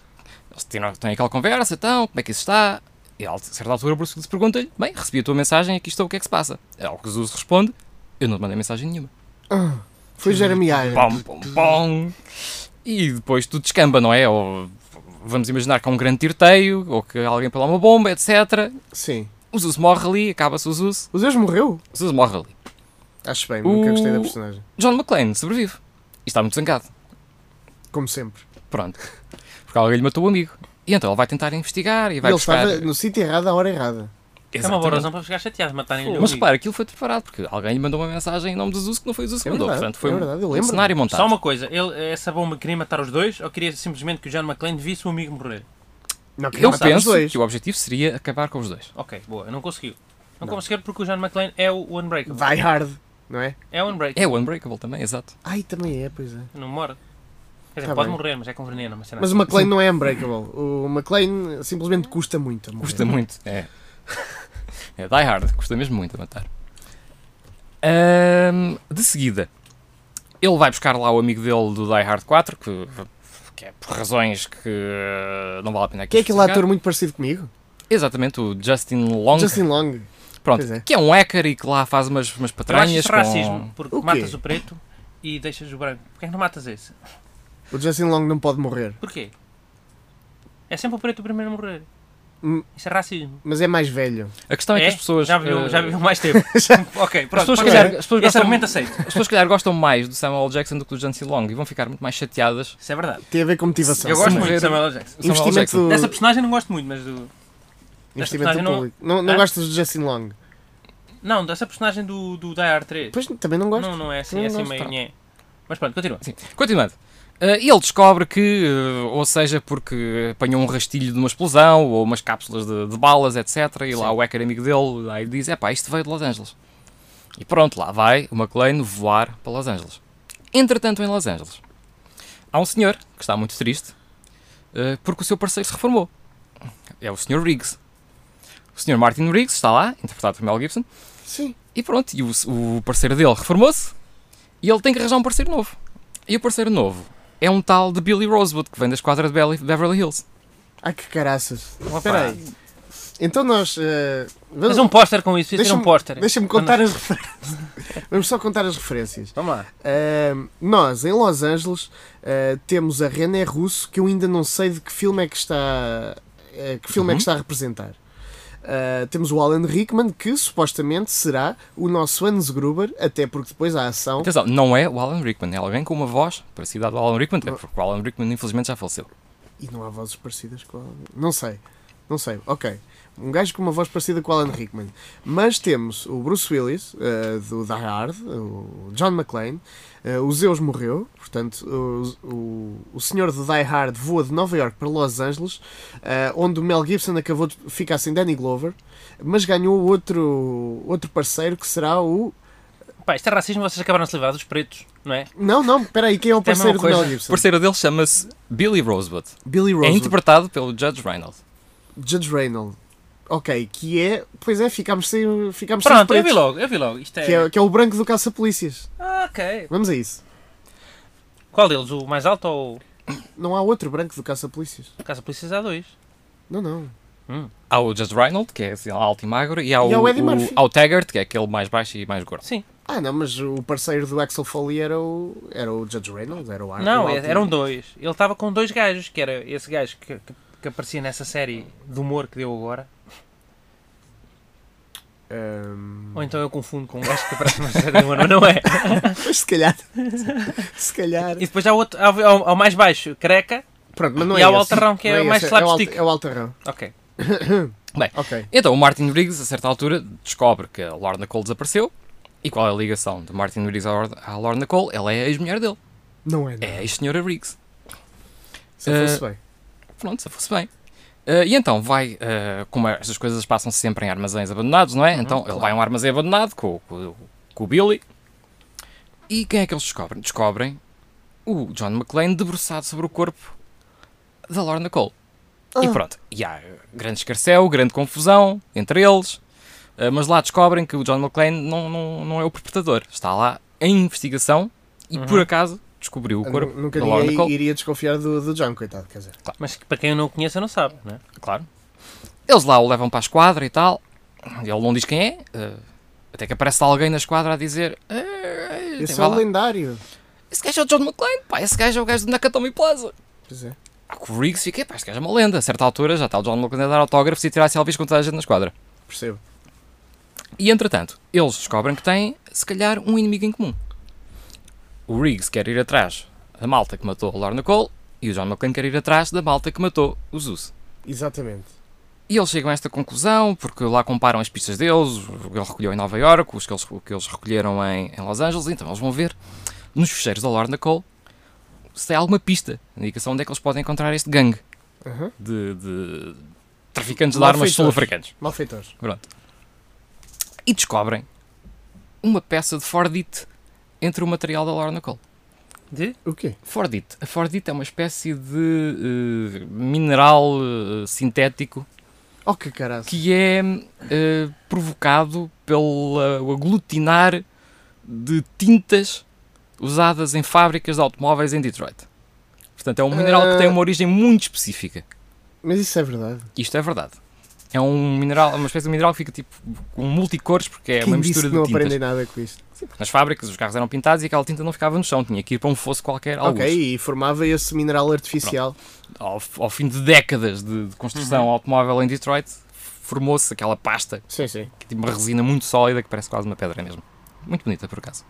[SPEAKER 4] Eles tiram- têm aquela conversa, então, como é que isso está? E a certa altura Bruce Willis pergunta-lhe, bem, recebi a tua mensagem, aqui estou, o que é que se passa? É o que Zeus responde, eu não te mandei mensagem nenhuma.
[SPEAKER 3] Foi Jeremy Irons.
[SPEAKER 4] Pom, pom, pom. E depois tudo descamba, não é? Ou vamos imaginar que há um grande tiroteio, ou que alguém põe lá uma bomba, etc.
[SPEAKER 3] Sim.
[SPEAKER 4] O Zeus morre ali, acaba-se o Zeus.
[SPEAKER 3] O Zeus morreu?
[SPEAKER 4] O Zeus morre ali.
[SPEAKER 3] Acho bem,
[SPEAKER 4] O-
[SPEAKER 3] nunca gostei da personagem.
[SPEAKER 4] John McClane sobrevive. E está muito zangado.
[SPEAKER 3] Como sempre.
[SPEAKER 4] Pronto. Porque alguém lhe matou o amigo. E então ele vai tentar investigar e vai
[SPEAKER 3] ele
[SPEAKER 4] buscar... eh,
[SPEAKER 3] estava É no sítio errado à hora errada.
[SPEAKER 5] É uma boa
[SPEAKER 4] Exatamente.
[SPEAKER 5] razão para ficar chateado, matarem-lhe
[SPEAKER 4] Mas
[SPEAKER 5] o-
[SPEAKER 4] repara, aquilo foi preparado, porque alguém lhe mandou uma mensagem em nome do Zeus que não foi o Zeus que
[SPEAKER 3] É
[SPEAKER 4] mandou.
[SPEAKER 3] verdade,
[SPEAKER 4] Portanto, foi
[SPEAKER 3] é
[SPEAKER 4] um-
[SPEAKER 3] verdade, eu
[SPEAKER 4] um
[SPEAKER 3] lembro-me.
[SPEAKER 4] cenário montado.
[SPEAKER 5] Só uma coisa, ele, essa bomba queria matar os dois ou queria simplesmente que o John McClane visse o amigo morrer?
[SPEAKER 3] Não, queria
[SPEAKER 4] Eu
[SPEAKER 3] matar os
[SPEAKER 4] penso
[SPEAKER 3] dois.
[SPEAKER 4] que o objetivo seria acabar com os dois.
[SPEAKER 5] Ok, boa, não conseguiu. Não, conseguiu porque o John McClane é o Unbreakable.
[SPEAKER 3] Die Hard, não é?
[SPEAKER 5] É o Unbreakable.
[SPEAKER 4] É o Unbreakable também, exato.
[SPEAKER 3] Ai, também é, pois é.
[SPEAKER 5] Não morre. Quer dizer,
[SPEAKER 3] Tá
[SPEAKER 5] pode
[SPEAKER 3] bem.
[SPEAKER 5] morrer, mas é com veneno. Mas,
[SPEAKER 3] Mas o McLean não é unbreakable. O McLean simplesmente custa muito. a morrer.
[SPEAKER 4] Custa muito. É. é Die Hard, custa mesmo muito a matar. Ahm, de seguida, ele vai buscar lá o amigo dele do Die Hard 4, que, que é por razões que eh, não vale a pena aqui.
[SPEAKER 3] Que é aquele
[SPEAKER 4] especificar.
[SPEAKER 3] ator muito parecido comigo?
[SPEAKER 4] Exatamente, o Justin Long.
[SPEAKER 3] Justin Long.
[SPEAKER 4] pronto,
[SPEAKER 3] pois é.
[SPEAKER 4] que é um hacker e que lá faz umas, umas
[SPEAKER 5] Eu acho
[SPEAKER 4] patranhas.
[SPEAKER 5] isso
[SPEAKER 4] com-
[SPEAKER 5] racismo, porque
[SPEAKER 3] O quê?
[SPEAKER 5] matas o preto e deixas o branco. Porquê é que não matas esse?
[SPEAKER 3] O Justin Long não pode morrer.
[SPEAKER 5] Porquê? É sempre o preto o primeiro a morrer.
[SPEAKER 3] Hum.
[SPEAKER 5] Isso é racismo.
[SPEAKER 3] Mas é mais velho.
[SPEAKER 4] A questão é,
[SPEAKER 5] É?
[SPEAKER 4] que as pessoas.
[SPEAKER 5] Já viu,
[SPEAKER 4] eh,
[SPEAKER 5] já viu mais tempo. ok, pronto.
[SPEAKER 4] pessoas, se
[SPEAKER 5] pode
[SPEAKER 4] calhar,
[SPEAKER 5] ser.
[SPEAKER 4] as pessoas
[SPEAKER 5] Esse
[SPEAKER 4] gostam-
[SPEAKER 5] argumento aceito.
[SPEAKER 4] As pessoas, se calhar, gostam mais do Samuel L. Jackson do que do Justin Long e vão ficar muito mais chateadas.
[SPEAKER 5] Isso é verdade.
[SPEAKER 3] Tem a ver com motivação.
[SPEAKER 5] Eu gosto
[SPEAKER 3] Sim.
[SPEAKER 5] muito de
[SPEAKER 4] Então, morrer-
[SPEAKER 5] Samuel L. Jackson.
[SPEAKER 4] do Samuel L.
[SPEAKER 3] Investimento,
[SPEAKER 4] Jackson.
[SPEAKER 3] do,
[SPEAKER 5] Dessa personagem não gosto muito, mas do.
[SPEAKER 3] investimento
[SPEAKER 5] personagem
[SPEAKER 3] do
[SPEAKER 5] não-
[SPEAKER 3] público. Não, não
[SPEAKER 5] Hã?
[SPEAKER 3] gostas do Justin Long?
[SPEAKER 5] Não, dessa personagem do, do Die Hard 3.
[SPEAKER 3] Pois também não gosto.
[SPEAKER 5] Não, não é assim,
[SPEAKER 3] Não
[SPEAKER 5] é assim
[SPEAKER 3] gosto,
[SPEAKER 5] meio
[SPEAKER 4] pá.
[SPEAKER 5] nhé. Mas pronto, continua.
[SPEAKER 4] Sim. Continuando. Ah, ele descobre que, ah, ou seja, porque apanhou um rastilho de uma explosão ou umas cápsulas de, de balas, etc. E lá o hacker amigo dele aí diz: é pá, isto veio de Los Angeles. E pronto, lá vai o McLean voar para Los Angeles. Entretanto, em Los Angeles, há um senhor que está muito triste ah, porque o seu parceiro se reformou. É o Sr. Riggs. O Sr. Martin Riggs está lá, interpretado por Mel Gibson,
[SPEAKER 3] Sim.
[SPEAKER 4] e pronto, e o, o parceiro dele reformou-se e ele tem que arranjar um parceiro novo. E o parceiro novo é um tal de Billy Rosewood, que vem da esquadra de Bel- Beverly Hills.
[SPEAKER 3] Ai que caraças. Espera aí. Então nós. eh,
[SPEAKER 5] Mas um póster com isso, isso era um
[SPEAKER 3] deixa-me-
[SPEAKER 5] póster.
[SPEAKER 3] Deixa-me contar as referências. Vamos só contar as referências.
[SPEAKER 5] Vamos lá.
[SPEAKER 3] Ahm, nós, em Los Angeles, ah, temos a René Russo, que eu ainda não sei de que filme é que está, ah, que filme é que está a representar. Ah, temos o Alan Rickman, que supostamente será o nosso Hans Gruber, até porque depois há ação.
[SPEAKER 4] Atenção, não é o Alan Rickman, é alguém com uma voz parecida à do Alan Rickman, até porque o Alan Rickman infelizmente já faleceu.
[SPEAKER 3] E não há vozes parecidas com o Alan Não sei. Não sei. Ok. Um gajo com uma voz parecida com o Alan Rickman. Mas temos o Bruce Willis, eh, do Die Hard, o John McClane. eh, o Zeus morreu, portanto, o, o, o senhor do Die Hard voa de Nova York para Los Angeles, eh, onde o Mel Gibson acabou de ficar sem Danny Glover, mas ganhou outro, outro parceiro que será o.
[SPEAKER 5] Pá, isto é racismo, vocês acabaram de se livrar dos pretos, não é?
[SPEAKER 3] Não, não, espera aí, quem é o
[SPEAKER 5] Isto é a mesma
[SPEAKER 3] parceiro do Mel
[SPEAKER 5] coisa.
[SPEAKER 4] O
[SPEAKER 3] Gibson?
[SPEAKER 4] parceiro dele chama-se Billy Rosewood.
[SPEAKER 3] Billy
[SPEAKER 4] É
[SPEAKER 3] Rose.
[SPEAKER 4] interpretado pelo Judge Reynolds.
[SPEAKER 3] Judge Reynolds. Ok, que é. Pois é, ficámos sem. Ficámos sem
[SPEAKER 5] Pronto, eu
[SPEAKER 3] pretos.
[SPEAKER 5] vi logo, eu vi logo. Isto é...
[SPEAKER 3] Que é, que é o branco do caça-polícias.
[SPEAKER 5] Ah, ok.
[SPEAKER 3] Vamos a isso.
[SPEAKER 5] Qual deles? O mais alto ou
[SPEAKER 3] Não há outro branco do caça-polícias.
[SPEAKER 5] o Casa Polícias há dois?
[SPEAKER 3] Não, não.
[SPEAKER 4] Há o Judge Reynolds, que é assim, alto e magro, e há o,
[SPEAKER 3] E há o Eddie
[SPEAKER 4] o-
[SPEAKER 3] Murphy.
[SPEAKER 4] há o Taggart, que é aquele mais baixo e mais gordo.
[SPEAKER 5] Sim.
[SPEAKER 3] Ah, não, mas o parceiro do Axel Foley era o, era o Judge Reynolds, era o Arthur.
[SPEAKER 5] Não, é, um
[SPEAKER 3] Alto.
[SPEAKER 5] eram dois. Ele estava com dois gajos, que era esse gajo que, que, que aparecia nessa série de humor que deu agora.
[SPEAKER 3] Ahm,
[SPEAKER 5] Ou então eu confundo com um gajo que aparece numa série de humor, mas não é.
[SPEAKER 3] Mas se calhar. se calhar.
[SPEAKER 5] E depois há o outro, há, o- há o- há o mais baixo, careca.
[SPEAKER 3] Pronto, mas não
[SPEAKER 5] E
[SPEAKER 3] é
[SPEAKER 5] há o
[SPEAKER 3] esse.
[SPEAKER 5] Alterrão, que é
[SPEAKER 3] Não
[SPEAKER 5] mais
[SPEAKER 3] esse, é o alt-
[SPEAKER 5] slapstick.
[SPEAKER 3] É o Alterrão.
[SPEAKER 5] Ok.
[SPEAKER 3] Ok.
[SPEAKER 4] Então, o Martin Riggs, a certa altura, descobre que a Lorna Cole desapareceu. E qual é a ligação de Martin Riggs à Lor- à Lorna Cole? Ela é a ex-mulher dele.
[SPEAKER 3] Não é, não.
[SPEAKER 4] É a ex-senhora Riggs.
[SPEAKER 3] Se eu
[SPEAKER 5] Eh,
[SPEAKER 3] fosse bem.
[SPEAKER 4] Pronto, se fosse bem. Ah, e então vai, ah, como estas coisas passam se sempre em armazéns abandonados, não
[SPEAKER 3] Uhum,
[SPEAKER 4] é? então ele vai a um armazém abandonado com, com- com o Billy. E quem é que eles descobrem? Descobrem o John McClane debruçado sobre o corpo da Lorna Cole.
[SPEAKER 3] Ah.
[SPEAKER 4] E pronto, e há grande escarcéu, grande confusão entre eles. ah, mas lá descobrem que o John McClane não, não, não é o perpetrador. Está lá em investigação e por acaso descobriu o
[SPEAKER 3] Uhum. Eu
[SPEAKER 4] corpo
[SPEAKER 3] nu- Nunca
[SPEAKER 4] da Lorna
[SPEAKER 3] ninguém
[SPEAKER 4] Cole.
[SPEAKER 3] iria desconfiar do, do John, coitado. Quer dizer.
[SPEAKER 5] Mas que para quem eu não conheça não sabe, né?
[SPEAKER 4] Claro. Eles lá o levam para a esquadra e tal. Ele não diz quem é. eh, até que aparece alguém na esquadra a dizer: "Eh, eh,
[SPEAKER 3] Esse é
[SPEAKER 4] vai
[SPEAKER 3] o
[SPEAKER 4] lá.
[SPEAKER 3] lendário.
[SPEAKER 4] Esse gajo é o John McClane, pá. Esse gajo é o gajo do Nakatomi Plaza.
[SPEAKER 3] Pois é.
[SPEAKER 4] Ah, que O Riggs fica, pá, este gajo é uma lenda. A certa altura já está o John McClane a dar autógrafos e tirar selfies com toda a gente na esquadra.
[SPEAKER 3] Percebo.
[SPEAKER 4] E entretanto, eles descobrem que têm, se calhar, um inimigo em comum. O Riggs quer ir atrás da malta que matou a Lorna Cole e o John McClane quer ir atrás da malta que matou o Zeus.
[SPEAKER 3] Exatamente.
[SPEAKER 4] E eles chegam a esta conclusão, porque lá comparam as pistas deles, o que ele recolheu em Nova Iorque, os que eles, o que eles recolheram em, em Los Angeles, então eles vão ver nos fecheiros da Lorna Cole se tem alguma pista, indicação onde é que eles podem encontrar este gangue
[SPEAKER 3] Aham.
[SPEAKER 4] de, de traficantes
[SPEAKER 3] Malfeitores.
[SPEAKER 4] de armas sul-africanos.
[SPEAKER 3] Malfeitores.
[SPEAKER 4] Pronto. E descobrem uma peça de Fordite entre o material da Lorna Cole.
[SPEAKER 5] De?
[SPEAKER 3] O quê?
[SPEAKER 4] Fordite. A Fordite é uma espécie de eh, mineral eh, sintético
[SPEAKER 3] Oh, que caraças.
[SPEAKER 4] que é eh, provocado pelo aglutinar de tintas usadas em fábricas de automóveis em Detroit. Portanto, é um mineral que
[SPEAKER 3] Eh,
[SPEAKER 4] tem uma origem muito específica.
[SPEAKER 3] Mas isso é verdade.
[SPEAKER 4] Isto é verdade. É um mineral, é uma espécie de mineral que fica tipo com multicores porque é uma
[SPEAKER 3] Quem disse
[SPEAKER 4] mistura
[SPEAKER 3] que
[SPEAKER 4] de
[SPEAKER 3] não
[SPEAKER 4] tintas.
[SPEAKER 3] aprendem nada com isto?
[SPEAKER 4] Nas fábricas os carros eram pintados e aquela tinta não ficava no chão, tinha que ir para um fosso qualquer, alguns.
[SPEAKER 3] Ok, e formava esse mineral artificial.
[SPEAKER 4] Ao, ao fim de décadas de, de construção
[SPEAKER 3] Uhum.
[SPEAKER 4] automóvel em Detroit, formou-se aquela pasta
[SPEAKER 3] Sim, sim.
[SPEAKER 4] que tem uma resina muito sólida que parece quase uma pedra mesmo. Muito bonita, por acaso.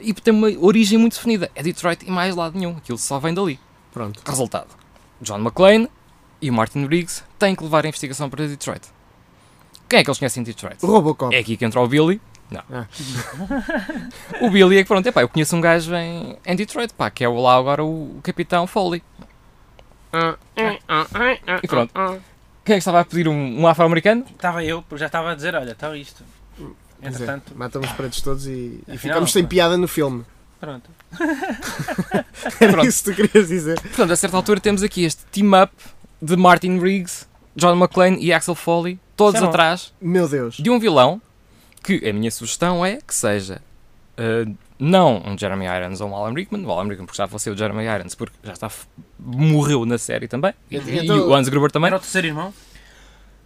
[SPEAKER 4] E tem uma origem muito definida. É Detroit e mais lado nenhum. Aquilo só vem dali.
[SPEAKER 3] Pronto.
[SPEAKER 4] Resultado. John McClane e o Martin Riggs têm que levar a investigação para Detroit. Quem é que eles conhecem em Detroit?
[SPEAKER 3] Robocop.
[SPEAKER 4] É aqui que entra o Billy, O Billy é que, pronto, epá, eu conheço um gajo em, em Detroit, pá, que é o- lá agora o, o Capitão Foley. E pronto. Quem é que estava a pedir um, um afro-americano?
[SPEAKER 5] Estava eu, já estava a dizer, olha, está isto.
[SPEAKER 3] Hum, é.
[SPEAKER 5] Entretanto,
[SPEAKER 3] matamos os pretos todos e, e
[SPEAKER 5] Afinal,
[SPEAKER 3] ficamos sem
[SPEAKER 5] pá.
[SPEAKER 3] piada no filme.
[SPEAKER 5] pronto.
[SPEAKER 3] Era
[SPEAKER 4] Pronto.
[SPEAKER 3] isso que tu querias dizer.
[SPEAKER 4] Portanto, a certa altura temos aqui este team-up de Martin Riggs, John McClane e Axel Foley, todos
[SPEAKER 5] Isso é bom.
[SPEAKER 4] atrás
[SPEAKER 3] Meu Deus.
[SPEAKER 4] de um vilão que a minha sugestão é que seja ah, não um Jeremy Irons ou um Alan Rickman, o Alan Rickman porque já faleceu o Jeremy Irons porque já está f- morreu na série também e, e- e
[SPEAKER 3] Então-
[SPEAKER 4] o Hans Gruber também.
[SPEAKER 5] Era o terceiro irmão?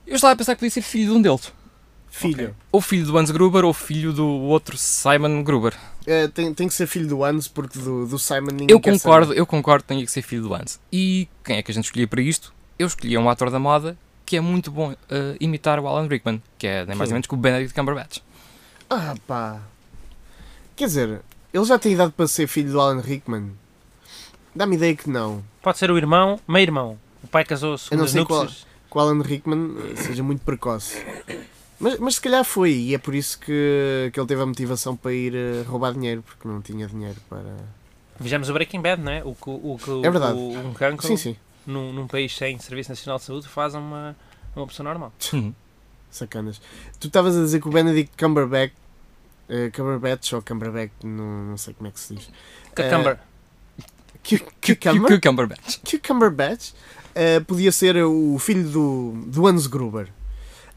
[SPEAKER 4] Eu estava a pensar que podia ser filho de um deles.
[SPEAKER 3] Filho.
[SPEAKER 4] Ou filho do Hans Gruber ou filho do outro Simon Gruber.
[SPEAKER 3] Eh, tem, tem que ser filho do Hans, porque do, do Simon ninguém
[SPEAKER 4] Eu
[SPEAKER 3] quer
[SPEAKER 4] concordo, eu concordo, que tinha que ser filho do Hans. E quem é que a gente escolhia para isto? Eu escolhia um ator da moda que é muito bom eh, imitar o Alan Rickman, que é nem mais
[SPEAKER 3] Sim.
[SPEAKER 4] nem menos que o Benedict Cumberbatch.
[SPEAKER 3] saber. Ah, pá. Quer dizer, ele já tem idade para ser filho do Alan Rickman. Dá-me ideia que não.
[SPEAKER 5] Pode ser o irmão, meio-irmão. O pai casou-se
[SPEAKER 3] Eu
[SPEAKER 5] com
[SPEAKER 3] não
[SPEAKER 5] as
[SPEAKER 3] sei qual-
[SPEAKER 5] núpcias.
[SPEAKER 3] que o Alan Rickman eh, seja muito precoce. Mas, mas se calhar foi, e é por isso que, que ele teve a motivação para ir eh, roubar dinheiro, porque não tinha dinheiro para.
[SPEAKER 5] Vejamos o Breaking Bad, não é? O que, o, que
[SPEAKER 3] É verdade.
[SPEAKER 5] o- um cancro
[SPEAKER 3] Sim, sim,
[SPEAKER 5] Num, num país sem Serviço Nacional de Saúde faz a uma, a uma pessoa normal.
[SPEAKER 4] Hum.
[SPEAKER 3] sacanas. Tu estavas a dizer que o Benedict Cumberbatch. eh, Cumberbatch ou Cumberbatch, não, não sei como é que se diz.
[SPEAKER 5] Cucumber.
[SPEAKER 3] Que,
[SPEAKER 4] Que,
[SPEAKER 3] que,
[SPEAKER 4] que, que Cumberbatch.
[SPEAKER 3] que Cumberbatch eh, podia ser o filho do, do Hans Gruber.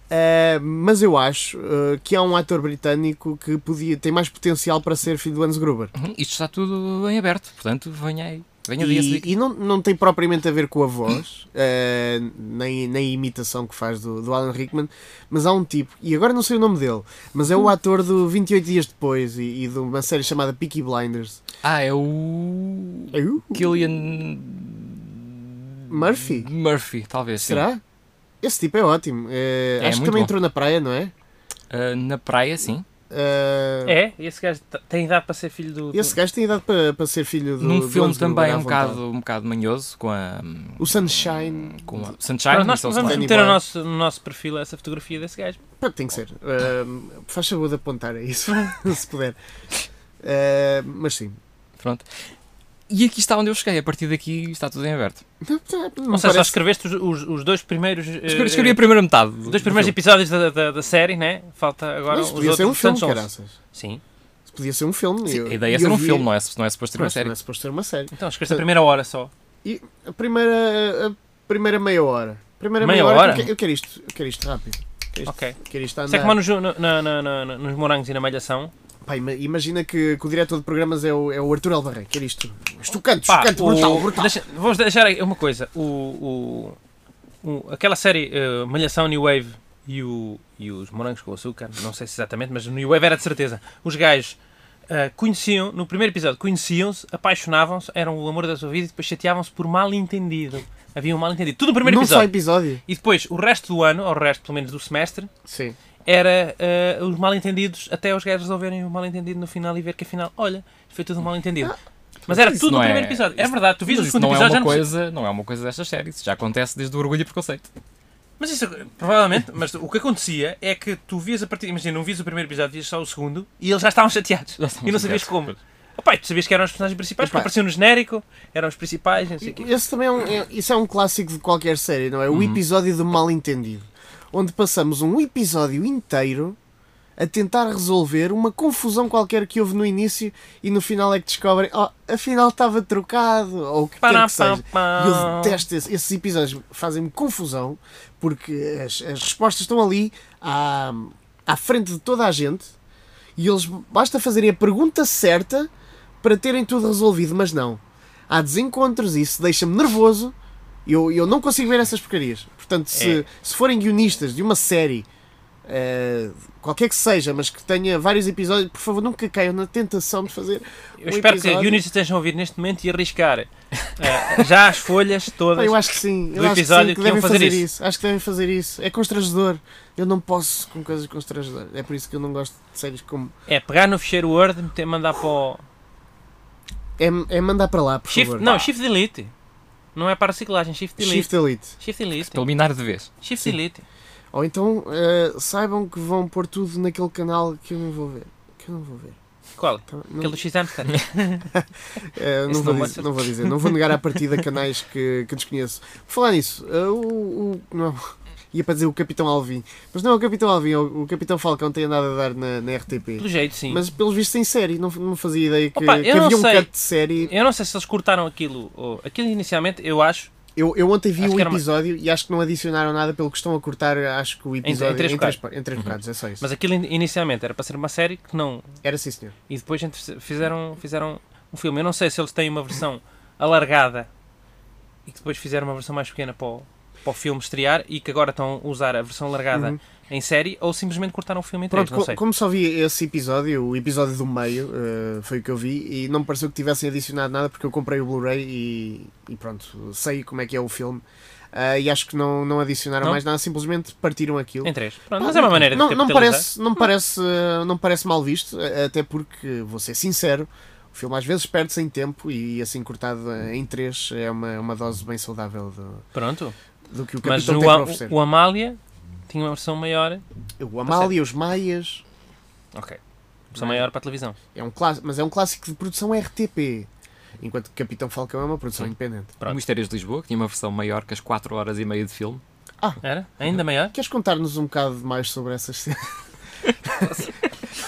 [SPEAKER 3] Eh, mas eu acho eh, que há um ator britânico que podia, tem mais potencial para ser filho do Hans Gruber.
[SPEAKER 4] Uhum, Isto está tudo em aberto, portanto, venha aí. Venha daí essa dica.
[SPEAKER 3] E, e não, não tem propriamente a ver com a voz, eh, nem, nem a imitação que faz do, do Alan Rickman, mas há um tipo, e agora não sei o nome dele, mas é
[SPEAKER 4] Hum.
[SPEAKER 3] o ator do 28 Dias Depois e, e de uma série chamada Peaky Blinders.
[SPEAKER 4] Ah, é o.
[SPEAKER 3] É o
[SPEAKER 4] Killian.
[SPEAKER 3] Murphy?
[SPEAKER 4] Murphy, talvez. sim.
[SPEAKER 3] Será? Esse tipo é ótimo. Eh,
[SPEAKER 4] É,
[SPEAKER 3] acho que
[SPEAKER 4] muito
[SPEAKER 3] também
[SPEAKER 4] bom.
[SPEAKER 3] entrou na praia, não é?
[SPEAKER 4] Ah, na praia, sim.
[SPEAKER 3] Eh,
[SPEAKER 5] É, esse gajo t- tem idade para ser filho do. do-
[SPEAKER 3] Esse gajo tem idade para, para ser filho do.
[SPEAKER 4] É. Num
[SPEAKER 3] do
[SPEAKER 4] filme
[SPEAKER 3] Hans Gruber,
[SPEAKER 4] também
[SPEAKER 3] à
[SPEAKER 4] um
[SPEAKER 3] vontade.
[SPEAKER 4] bocado, um bocado manhoso com a.
[SPEAKER 3] O Sunshine.
[SPEAKER 4] com a Sunshine.
[SPEAKER 5] Pronto, nós
[SPEAKER 4] e Soul Slide.
[SPEAKER 5] vamos
[SPEAKER 3] Danny
[SPEAKER 5] meter no
[SPEAKER 3] Boyle.
[SPEAKER 5] nosso, no nosso perfil essa fotografia desse gajo.
[SPEAKER 3] Pá, tem que ser. Eh, faz favor de apontar a isso, se puder. Eh, mas sim.
[SPEAKER 4] Pronto. E aqui está onde eu cheguei, a partir daqui está tudo em aberto.
[SPEAKER 3] Não, não, não
[SPEAKER 5] Ou seja, só
[SPEAKER 3] parece-
[SPEAKER 5] escreveste os, os- os dois primeiros. eh,
[SPEAKER 4] Escolhi, escolhi a primeira metade. do-
[SPEAKER 5] os dois
[SPEAKER 4] do
[SPEAKER 5] primeiros
[SPEAKER 4] filme.
[SPEAKER 5] episódios da, da, da série, né? Falta agora
[SPEAKER 3] Mas
[SPEAKER 5] os
[SPEAKER 3] podia
[SPEAKER 5] outros.
[SPEAKER 3] ser um filme,
[SPEAKER 5] portanto, são-
[SPEAKER 3] caraças.
[SPEAKER 5] Sim.
[SPEAKER 3] Isso Podia ser um filme.
[SPEAKER 4] Sim, a ideia é ser um filme, não é, não é suposto ser uma
[SPEAKER 3] Mas
[SPEAKER 4] série.
[SPEAKER 3] não é suposto ser uma série.
[SPEAKER 5] Então, escreveste a primeira hora só.
[SPEAKER 3] E a primeira, a primeira meia hora. Primeira
[SPEAKER 5] Meia
[SPEAKER 3] meia, hora?
[SPEAKER 5] hora?
[SPEAKER 3] que Eu, quero, eu quero isto. Eu quero isto rápido. Isto-
[SPEAKER 5] Ok.
[SPEAKER 3] Quero isto a
[SPEAKER 5] Se é
[SPEAKER 3] andar.
[SPEAKER 5] como nos, no- na- na- na- na- nos morangos e na malhação.
[SPEAKER 3] Pá, ima- imagina que, que o diretor de programas é o, é o Arthur Alvarre. Quero isto. Estucante,
[SPEAKER 5] Pá,
[SPEAKER 3] estucante,
[SPEAKER 5] o-
[SPEAKER 3] brutal, brutal.
[SPEAKER 5] deixa- vou deixar aí uma coisa. O, o- o- aquela série eh, Malhação New Wave e, o- e os Morangos com Açúcar, não sei se exatamente, mas o New Wave era de certeza. Os gajos eh, conheciam, no primeiro episódio, conheciam-se, apaixonavam-se, eram o amor da sua vida e depois chateavam-se por mal entendido. Havia um mal entendido. Tudo no primeiro
[SPEAKER 3] Num só
[SPEAKER 5] episódio.
[SPEAKER 3] episódio.
[SPEAKER 5] E depois, o resto do ano, ou o resto pelo menos do semestre,
[SPEAKER 3] Sim.
[SPEAKER 5] era eh, os mal-entendidos, até os gajos resolverem o mal-entendido no final e ver que afinal, olha, foi tudo um mal-entendido. Mas era
[SPEAKER 4] Ah, Isso
[SPEAKER 5] tudo no
[SPEAKER 4] não é-
[SPEAKER 5] primeiro episódio. É
[SPEAKER 4] isso-
[SPEAKER 5] verdade, tu
[SPEAKER 4] Mas
[SPEAKER 5] viste o
[SPEAKER 4] isso
[SPEAKER 5] segundo
[SPEAKER 4] não é,
[SPEAKER 5] episódio
[SPEAKER 4] uma
[SPEAKER 5] já não
[SPEAKER 4] coisa, não é uma coisa destas séries. Isso já acontece desde o Orgulho e Preconceito.
[SPEAKER 5] Mas isso, provavelmente, mas o que acontecia é que tu vias a partir, imagina, não vias o primeiro episódio, vias só o segundo e eles já estavam chateados.
[SPEAKER 4] estavam
[SPEAKER 5] e não sabias
[SPEAKER 4] chateados,
[SPEAKER 5] como. Opa, e tu sabias que eram os personagens principais, porque
[SPEAKER 3] Epá.
[SPEAKER 5] apareciam no genérico, eram os principais, não sei o quê. Uhum.
[SPEAKER 3] Esse também é um, é- isso é um clássico de qualquer série, não é? O episódio do mal-entendido. Onde passamos um episódio inteiro a tentar resolver uma confusão qualquer que houve no início e no final é que descobrem, oh, afinal estava trocado, ou o que quer que seja.
[SPEAKER 5] Parapapá.
[SPEAKER 3] E eu detesto esse- esses episódios, fazem-me confusão, porque as, as respostas estão ali à, à frente de toda a gente e eles basta fazerem a pergunta certa para terem tudo resolvido, mas não. Há desencontros e isso deixa-me nervoso. Eu, eu não consigo ver essas porcarias. Portanto, se,
[SPEAKER 5] É.
[SPEAKER 3] se forem guionistas de uma série, eh, qualquer que seja, mas que tenha vários episódios, por favor, nunca caiam na tentação de fazer.
[SPEAKER 5] Eu
[SPEAKER 3] um
[SPEAKER 5] espero que
[SPEAKER 3] episódio.
[SPEAKER 5] guionistas estejam a ouvir neste momento e arriscar eh, já as folhas
[SPEAKER 3] Pá,
[SPEAKER 5] todas.
[SPEAKER 3] Eu acho que sim.
[SPEAKER 5] do
[SPEAKER 3] Eu acho que,
[SPEAKER 5] episódio
[SPEAKER 3] sim,
[SPEAKER 5] que
[SPEAKER 3] que
[SPEAKER 5] iam
[SPEAKER 3] devem
[SPEAKER 5] fazer
[SPEAKER 3] fazer,
[SPEAKER 5] isso.
[SPEAKER 3] isso. Acho que devem fazer isso. É constrangedor. Eu não posso com coisas constrangedoras. É por isso que eu não gosto de séries como.
[SPEAKER 5] É pegar no fecheiro Word e meter- mandar para o.
[SPEAKER 3] É, é mandar para lá, por
[SPEAKER 5] Shift,
[SPEAKER 3] favor.
[SPEAKER 5] não, Shift Delete. Não é para reciclagem, Shift Delete.
[SPEAKER 3] Shift Elite.
[SPEAKER 5] Shift Delete.
[SPEAKER 4] Eliminar de vez.
[SPEAKER 5] Shift Delete.
[SPEAKER 3] Ou então eh, saibam que vão pôr tudo naquele canal que eu não vou ver. Que eu não vou ver.
[SPEAKER 5] Qual?
[SPEAKER 3] Tá- não-
[SPEAKER 5] Aquele do x
[SPEAKER 3] Eh, não,
[SPEAKER 5] Esse
[SPEAKER 3] vou dizer,
[SPEAKER 5] não pode ser.
[SPEAKER 3] não vou dizer, não vou negar à partida canais que, que desconheço. Por falar nisso, eh, o, o- Não. Ia para dizer o Capitão Alvim. Mas não é o Capitão Alvim, é o, o Capitão Falcão tem andado a dar na, na RTP.
[SPEAKER 5] Pelo jeito, sim.
[SPEAKER 3] Mas pelos vistos em série, não, não fazia ideia que,
[SPEAKER 5] Opa, eu
[SPEAKER 3] que
[SPEAKER 5] não
[SPEAKER 3] havia um
[SPEAKER 5] sei.
[SPEAKER 3] cut de série.
[SPEAKER 5] Eu não sei se eles cortaram aquilo. Ou... Aquilo inicialmente, eu acho,
[SPEAKER 3] Eu, eu ontem vi
[SPEAKER 5] Acho
[SPEAKER 3] um
[SPEAKER 5] que era uma-
[SPEAKER 3] episódio e acho que não adicionaram nada pelo que estão a cortar, acho que o episódio
[SPEAKER 5] três
[SPEAKER 3] em três, pa- em três bocados, é só isso.
[SPEAKER 5] mas aquilo in- inicialmente era para ser uma série que não.
[SPEAKER 3] Era sim, senhor.
[SPEAKER 5] E depois entre- fizeram, fizeram um filme. Eu não sei se eles têm uma versão alargada e que depois fizeram uma versão mais pequena para o, para o filme estrear e que agora estão a usar a versão alargada
[SPEAKER 3] Uhum.
[SPEAKER 5] em série ou simplesmente cortaram o filme em três.
[SPEAKER 3] Pronto,
[SPEAKER 5] Não
[SPEAKER 3] co-
[SPEAKER 5] sei.
[SPEAKER 3] como só vi esse episódio, o episódio do meio, eh, foi o que eu vi, e não me pareceu que tivessem adicionado nada porque eu comprei o Blu-ray e, e pronto, sei como é que é o filme. Ah, e acho que não, não adicionaram
[SPEAKER 5] Não?
[SPEAKER 3] mais nada, simplesmente partiram aquilo.
[SPEAKER 5] Em três. Pronto,
[SPEAKER 3] Pá,
[SPEAKER 5] mas é uma maneira de
[SPEAKER 3] não, não
[SPEAKER 5] capitalizar.
[SPEAKER 3] parece não me parece eh, não me parece mal visto eh, até porque vou ser sincero o filme às vezes perde-se em tempo e assim cortado eh, em três é uma, uma dose bem saudável do,
[SPEAKER 5] Pronto.
[SPEAKER 3] do que o
[SPEAKER 5] Mas
[SPEAKER 3] Capitão
[SPEAKER 5] o,
[SPEAKER 3] tem para
[SPEAKER 5] A-
[SPEAKER 3] oferecer.
[SPEAKER 5] o Tá Amália tinha uma versão maior.
[SPEAKER 3] O Amália, os Maias,
[SPEAKER 5] Ok. Versão maior para a televisão.
[SPEAKER 3] é um clássico, mas é um clássico de produção RTP, enquanto que Capitão Falcão é uma produção independente.
[SPEAKER 5] Pronto.
[SPEAKER 4] O Mistérios de Lisboa, que tinha uma versão maior que as 4 horas e meia de filme.
[SPEAKER 5] Era? Ainda maior?
[SPEAKER 3] Queres contar-nos um bocado mais sobre essas cenas?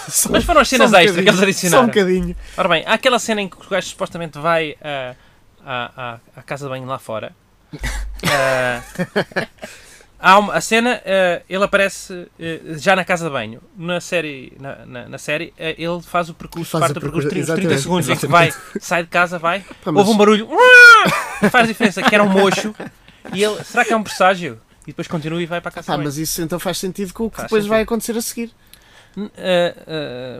[SPEAKER 3] Só-
[SPEAKER 5] Mas foram as cenas
[SPEAKER 3] só um
[SPEAKER 5] extras que
[SPEAKER 3] bocadinho,
[SPEAKER 5] eles
[SPEAKER 3] Só um
[SPEAKER 5] adicionaram.
[SPEAKER 3] bocadinho.
[SPEAKER 5] Ora bem, há aquela cena em que o gajo supostamente vai ah, à, à- à casa de banho lá fora. Ah, há uma, a cena, ah, ele aparece eh, já na casa de banho. Na série, na, na- na série eh, ele faz o percurso,
[SPEAKER 3] Faz a
[SPEAKER 5] parte do percurso,
[SPEAKER 3] percurso,
[SPEAKER 5] 30, 30
[SPEAKER 3] exatamente,
[SPEAKER 5] segundos, em que vai, sai de casa, vai,
[SPEAKER 3] Pá, Ah, mas-
[SPEAKER 5] houve um barulho, "Uá!" e faz diferença, que era um mocho, e ele, será que é um presságio? E depois continua e vai para a casa
[SPEAKER 3] Pá,
[SPEAKER 5] de banho.
[SPEAKER 3] mas isso então faz sentido com o que
[SPEAKER 5] Faz
[SPEAKER 3] depois
[SPEAKER 5] sentido.
[SPEAKER 3] vai acontecer a seguir.
[SPEAKER 5] N- ah,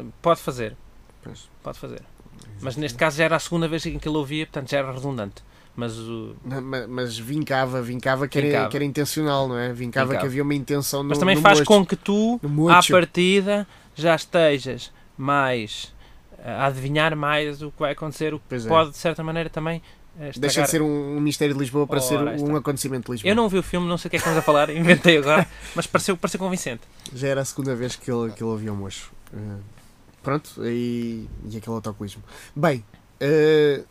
[SPEAKER 5] ah, pode fazer.
[SPEAKER 3] Pois.
[SPEAKER 5] Pode fazer. Mas neste caso já era a segunda vez em que ele ouvia, portanto já era redundante. Mas o.
[SPEAKER 3] Não, ma- Mas vincava, vincava que, Era,
[SPEAKER 5] Vincava.
[SPEAKER 3] que era intencional, não é? Vincava,
[SPEAKER 4] Vincava.
[SPEAKER 3] que havia uma intenção no
[SPEAKER 5] Mas também
[SPEAKER 3] no
[SPEAKER 5] faz
[SPEAKER 3] mocho.
[SPEAKER 5] com que tu,
[SPEAKER 3] No
[SPEAKER 5] à
[SPEAKER 3] mocho.
[SPEAKER 5] partida, já estejas mais. ah, a adivinhar mais o que vai acontecer, o que
[SPEAKER 3] Pois é.
[SPEAKER 5] pode, de certa maneira, também. eh,
[SPEAKER 3] Deixa
[SPEAKER 5] estragar.
[SPEAKER 3] de ser um, um mistério de Lisboa para
[SPEAKER 5] Ora,
[SPEAKER 3] ser
[SPEAKER 5] aí está.
[SPEAKER 3] um acontecimento de Lisboa.
[SPEAKER 5] Eu não vi o filme, não sei o que é que estamos a falar, inventei agora, mas pareceu, pareceu convincente.
[SPEAKER 3] Já era a segunda vez que ele, que ele ouvia o mocho. Eh, pronto, e, e aquele autocolismo. Bem, eh,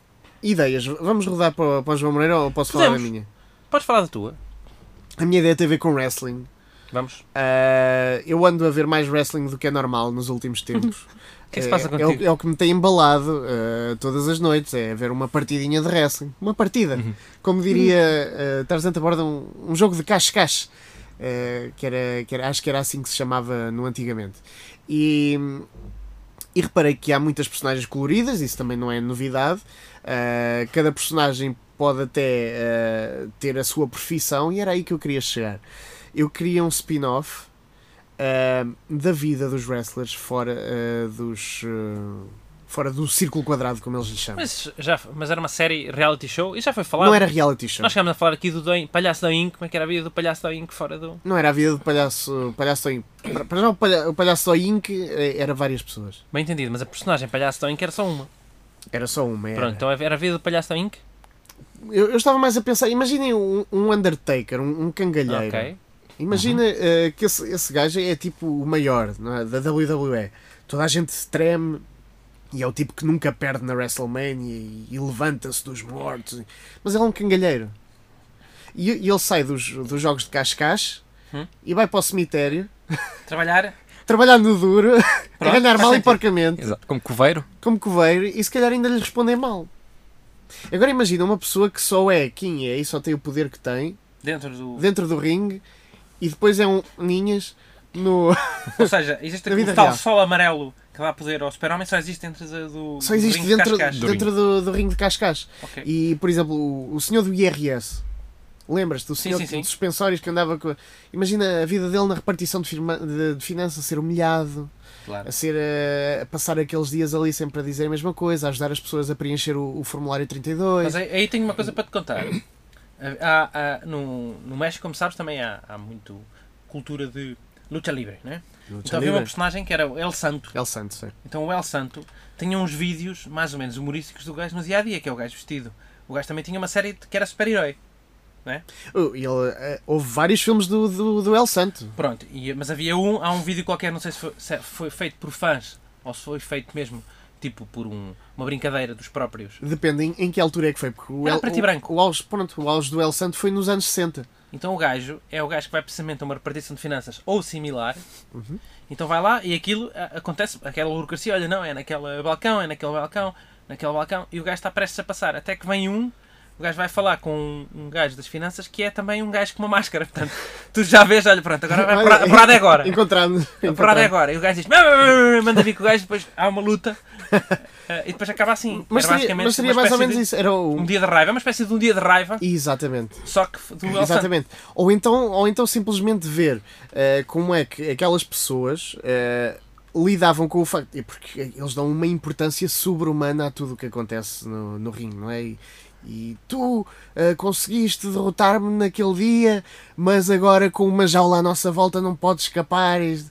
[SPEAKER 3] ideias. Vamos rodar para, o- para o João Moreira ou posso falar da
[SPEAKER 5] Podemos.
[SPEAKER 3] minha?
[SPEAKER 5] Podes falar da tua?
[SPEAKER 3] A minha ideia tem a ver com wrestling.
[SPEAKER 5] Vamos.
[SPEAKER 3] Ah, eu ando a ver mais wrestling do que é normal nos últimos tempos.
[SPEAKER 5] O que é que se
[SPEAKER 3] é,
[SPEAKER 5] passa
[SPEAKER 3] o-
[SPEAKER 5] contigo?
[SPEAKER 3] é o que me tem embalado ah, todas as noites, é ver uma partidinha de wrestling. Uma partida.
[SPEAKER 5] Uhum.
[SPEAKER 3] Como diria uh, Tarzan da Borda, um, um jogo de cache-cache. ah, que era, que era- acho que era assim que se chamava no antigamente. E, e reparei que há muitas personagens coloridas, isso também não é novidade. Ah, cada personagem pode até ah, ter a sua profissão, e era aí que eu queria chegar. Eu queria um spin-off ah, da vida dos wrestlers fora ah, dos. ah, fora do círculo quadrado, como eles lhe chamam.
[SPEAKER 5] Mas, já, mas era uma série reality show e já foi falado.
[SPEAKER 3] não era reality show.
[SPEAKER 5] Nós chegámos a falar aqui do Doin- Palhaço da Inc, como é que era a vida do Palhaço da Inc fora do...
[SPEAKER 3] Não era a vida do palhaço, palhaço do Inc. Para- Para já, o palha- o palhaço do Inc eh, era várias pessoas.
[SPEAKER 5] Bem entendido, mas a personagem Palhaço da Inc era só uma.
[SPEAKER 3] Era só uma. Era.
[SPEAKER 5] Pronto, então era a vida do Palhaço da Inc?
[SPEAKER 3] eu, eu estava mais a pensar, imaginem um, um Undertaker, um, um cangalheiro.
[SPEAKER 5] Ok.
[SPEAKER 3] Imagina eh, que esse, esse gajo é tipo o maior não é? da WWE. Toda a gente se treme e é o tipo que nunca perde na WrestleMania e, e levanta-se dos mortos. Mas ele é um cangalheiro. E, e ele sai dos, dos jogos de cascas
[SPEAKER 5] Hum.
[SPEAKER 3] e vai para o cemitério
[SPEAKER 5] Trabalhar?
[SPEAKER 3] trabalhar no duro, a ganhar mal e porcamente
[SPEAKER 4] Exato. Como coveiro.
[SPEAKER 3] como coveiro e se calhar ainda lhe respondem mal. Agora imagina uma pessoa que só é quem é e só tem o poder que tem
[SPEAKER 5] Dentro do...
[SPEAKER 3] dentro do ringue e depois é um ninhas no
[SPEAKER 5] Ou seja, existe
[SPEAKER 3] Da
[SPEAKER 5] aquele
[SPEAKER 3] vida
[SPEAKER 5] tal
[SPEAKER 3] real.
[SPEAKER 5] sol amarelo que dá poder ao super-homem, só existe dentro do... do-
[SPEAKER 3] só
[SPEAKER 5] do
[SPEAKER 3] existe
[SPEAKER 5] ringue de
[SPEAKER 3] dentro,
[SPEAKER 5] cascais.
[SPEAKER 3] dentro do, do ringue de cascais.
[SPEAKER 5] Ok.
[SPEAKER 3] E por exemplo, o, o senhor do IRS. Lembras-te do
[SPEAKER 5] Sim,
[SPEAKER 3] senhor
[SPEAKER 5] sim,
[SPEAKER 3] que-
[SPEAKER 5] sim.
[SPEAKER 3] dos suspensórios que andava com. Imagina a vida dele na repartição de, firma, de, de finanças, a ser humilhado,
[SPEAKER 5] Claro.
[SPEAKER 3] a ser eh, a passar aqueles dias ali sempre a dizer a mesma coisa, a ajudar as pessoas a preencher o, o formulário 32.
[SPEAKER 5] Mas aí, aí tenho uma coisa para te contar. Há- há- no, no México, como sabes, também há, há muito cultura de luta livre, não é? então havia uma
[SPEAKER 3] livre.
[SPEAKER 5] personagem que era o El Santo.
[SPEAKER 3] El Santos, é.
[SPEAKER 5] Então o El Santo tinha uns vídeos, mais ou menos, humorísticos do gajo no dia-a-dia, que é o gajo vestido. O gajo também tinha uma série de- que era super-herói.
[SPEAKER 3] Uh, ele, eh, houve vários filmes do, do, do El Santo.
[SPEAKER 5] Pronto, e- mas havia um, há um vídeo qualquer, não sei se foi, se é, foi feito por fãs ou se foi feito mesmo, tipo, por um- uma brincadeira dos próprios.
[SPEAKER 3] Depende em, em que altura é que foi. Porque o
[SPEAKER 5] Era
[SPEAKER 3] El-
[SPEAKER 5] preto
[SPEAKER 3] o-
[SPEAKER 5] e branco.
[SPEAKER 3] O auge, pronto, o auge do El Santo foi nos anos 60.
[SPEAKER 5] Então o gajo é o gajo que vai precisamente a uma repartição de finanças ou similar,
[SPEAKER 3] Uhum.
[SPEAKER 5] então vai lá e aquilo a- acontece, aquela burocracia, olha, não, é naquele balcão, é naquele balcão, naquele balcão, e o gajo está prestes a passar, até que vem um. O gajo vai falar com um, um gajo das finanças que é também um gajo com uma máscara. Portanto, tu já vês, olha, pronto, agora vai, a porra- a porrada é agora.
[SPEAKER 3] Encontrando.
[SPEAKER 5] A parada é agora. E o gajo diz: "Mam, mam, mam", manda vir com o gajo, depois há uma luta. eh, e depois acaba assim.
[SPEAKER 3] Mas
[SPEAKER 5] Era
[SPEAKER 3] seria,
[SPEAKER 5] basicamente
[SPEAKER 3] mas seria
[SPEAKER 5] uma
[SPEAKER 3] mais ou
[SPEAKER 5] espécie
[SPEAKER 3] menos
[SPEAKER 5] de
[SPEAKER 3] isso. Era o...
[SPEAKER 5] Um dia Um de raiva. É uma espécie de um dia de raiva,
[SPEAKER 3] Exatamente.
[SPEAKER 5] só que f- do El Santo.
[SPEAKER 3] Exatamente. Ou então, ou então simplesmente ver eh, como é que aquelas pessoas eh, lidavam com o facto. e Porque eles dão uma importância sobre-humana a tudo o que acontece no, no ringue, não é? E, e tu eh, conseguiste derrotar-me naquele dia, mas agora com uma jaula à nossa volta não podes escapar. e-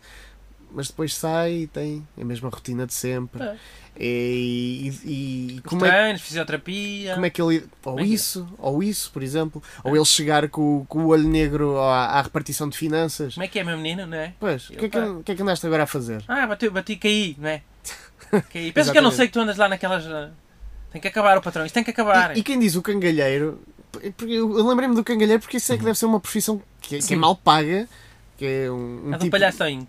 [SPEAKER 3] Mas depois sai e tem a mesma rotina de sempre.
[SPEAKER 5] É.
[SPEAKER 3] E, e- e
[SPEAKER 5] Os
[SPEAKER 3] como é que
[SPEAKER 5] treinos, fisioterapia.
[SPEAKER 3] como é que ele. Ou
[SPEAKER 5] Como é que é?
[SPEAKER 3] isso, ou isso, por exemplo. Ou ele chegar com, o- com o olho negro à, à repartição de finanças.
[SPEAKER 5] Como é que é, meu menino, não é?
[SPEAKER 3] Pois, o que, é que,
[SPEAKER 5] Ele
[SPEAKER 3] o que é que andaste agora a fazer?
[SPEAKER 5] Ah, bati, bati e caí, não é? Caí. Pensa que eu não
[SPEAKER 3] Exatamente.
[SPEAKER 5] sei que tu andas lá naquelas. eh, Tem que acabar o patrão, isto tem que acabar.
[SPEAKER 3] E, e quem diz o cangalheiro. p- porque Eu eu lembrei-me do cangalheiro porque isso é que deve ser uma profissão que, é- que
[SPEAKER 5] Sim.
[SPEAKER 3] é mal paga. Que é um, um
[SPEAKER 5] a do
[SPEAKER 3] tipo-
[SPEAKER 5] palhaço Inc.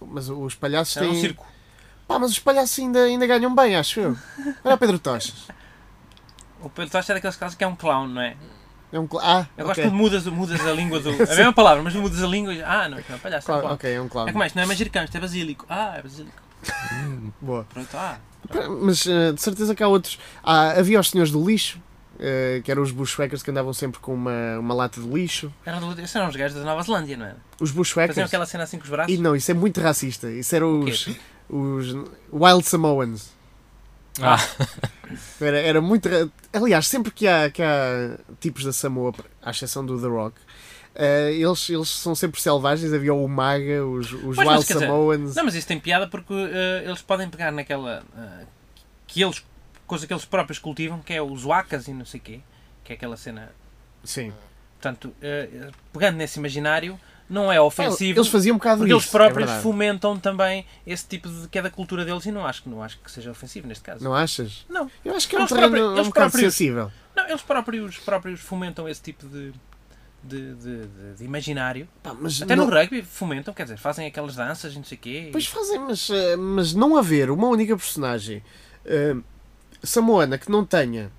[SPEAKER 3] Mas os palhaços
[SPEAKER 5] É um
[SPEAKER 3] têm.
[SPEAKER 5] circo.
[SPEAKER 3] Pá, mas os palhaços ainda, ainda ganham bem, acho eu. Olha o Pedro Tochas.
[SPEAKER 5] O Pedro Tocha é daqueles casos que é um clown, não é?
[SPEAKER 3] É um. cla- Ah,
[SPEAKER 5] Eu gosto
[SPEAKER 3] ok.
[SPEAKER 5] quando mudas, mudas a língua do. A mesma palavra, mas mudas a língua e. Ah, não, isto não é palhaço, é um
[SPEAKER 3] Claro,
[SPEAKER 5] clown.
[SPEAKER 3] ok, é um clown.
[SPEAKER 5] É que mais, não é manjericão, isto é basílico. Ah, é basílico.
[SPEAKER 3] Boa.
[SPEAKER 5] Pronto, ah.
[SPEAKER 3] Mas eh, de certeza que há outros. Há- havia os senhores do lixo, eh, que eram os bushwhackers que andavam sempre com uma, uma lata de lixo.
[SPEAKER 5] Eram, do- esses eram os gajos da Nova Zelândia, não era?
[SPEAKER 3] Os
[SPEAKER 5] Faziam
[SPEAKER 3] bushwhackers.
[SPEAKER 5] aquela cena assim com os braços.
[SPEAKER 3] É E não, isso é muito racista. Isso eram
[SPEAKER 5] quê?
[SPEAKER 3] os, os Wild Samoans.
[SPEAKER 4] Ah.
[SPEAKER 3] Era, era muito. ra- Aliás, sempre que há, que há tipos da Samoa, à exceção do The Rock. eh, eles, eles são sempre selvagens. Havia o Maga, os, os
[SPEAKER 5] Pois, mas
[SPEAKER 3] Wild
[SPEAKER 5] quer dizer,
[SPEAKER 3] Samoans.
[SPEAKER 5] Não, mas isso tem piada porque eh, eles podem pegar naquela. eh, que eles. coisa que eles próprios cultivam, que é os wacas e não sei quê. Que é aquela cena.
[SPEAKER 3] Sim.
[SPEAKER 5] Portanto, eh, pegando nesse imaginário, não é ofensivo.
[SPEAKER 3] Eles faziam um bocado
[SPEAKER 5] porque eles
[SPEAKER 3] isso, é
[SPEAKER 5] próprios
[SPEAKER 3] verdade.
[SPEAKER 5] fomentam também esse tipo de que é da cultura deles e não acho que não acho que seja ofensivo neste caso.
[SPEAKER 3] Não é? achas?
[SPEAKER 5] Não.
[SPEAKER 3] Eu acho que é um
[SPEAKER 5] Eles
[SPEAKER 3] terreno
[SPEAKER 5] próprios-
[SPEAKER 3] um
[SPEAKER 5] eles
[SPEAKER 3] bocado
[SPEAKER 5] próprios-
[SPEAKER 3] sensível.
[SPEAKER 5] Não, eles próprios, próprios fomentam esse tipo de, de, de- de- de imaginário.
[SPEAKER 3] Pá, mas
[SPEAKER 5] Até
[SPEAKER 3] não-
[SPEAKER 5] no rugby fomentam, quer dizer, fazem aquelas danças e não sei o quê.
[SPEAKER 3] Pois fazem, mas, eh, mas não haver uma única personagem eh, samoana que não tenha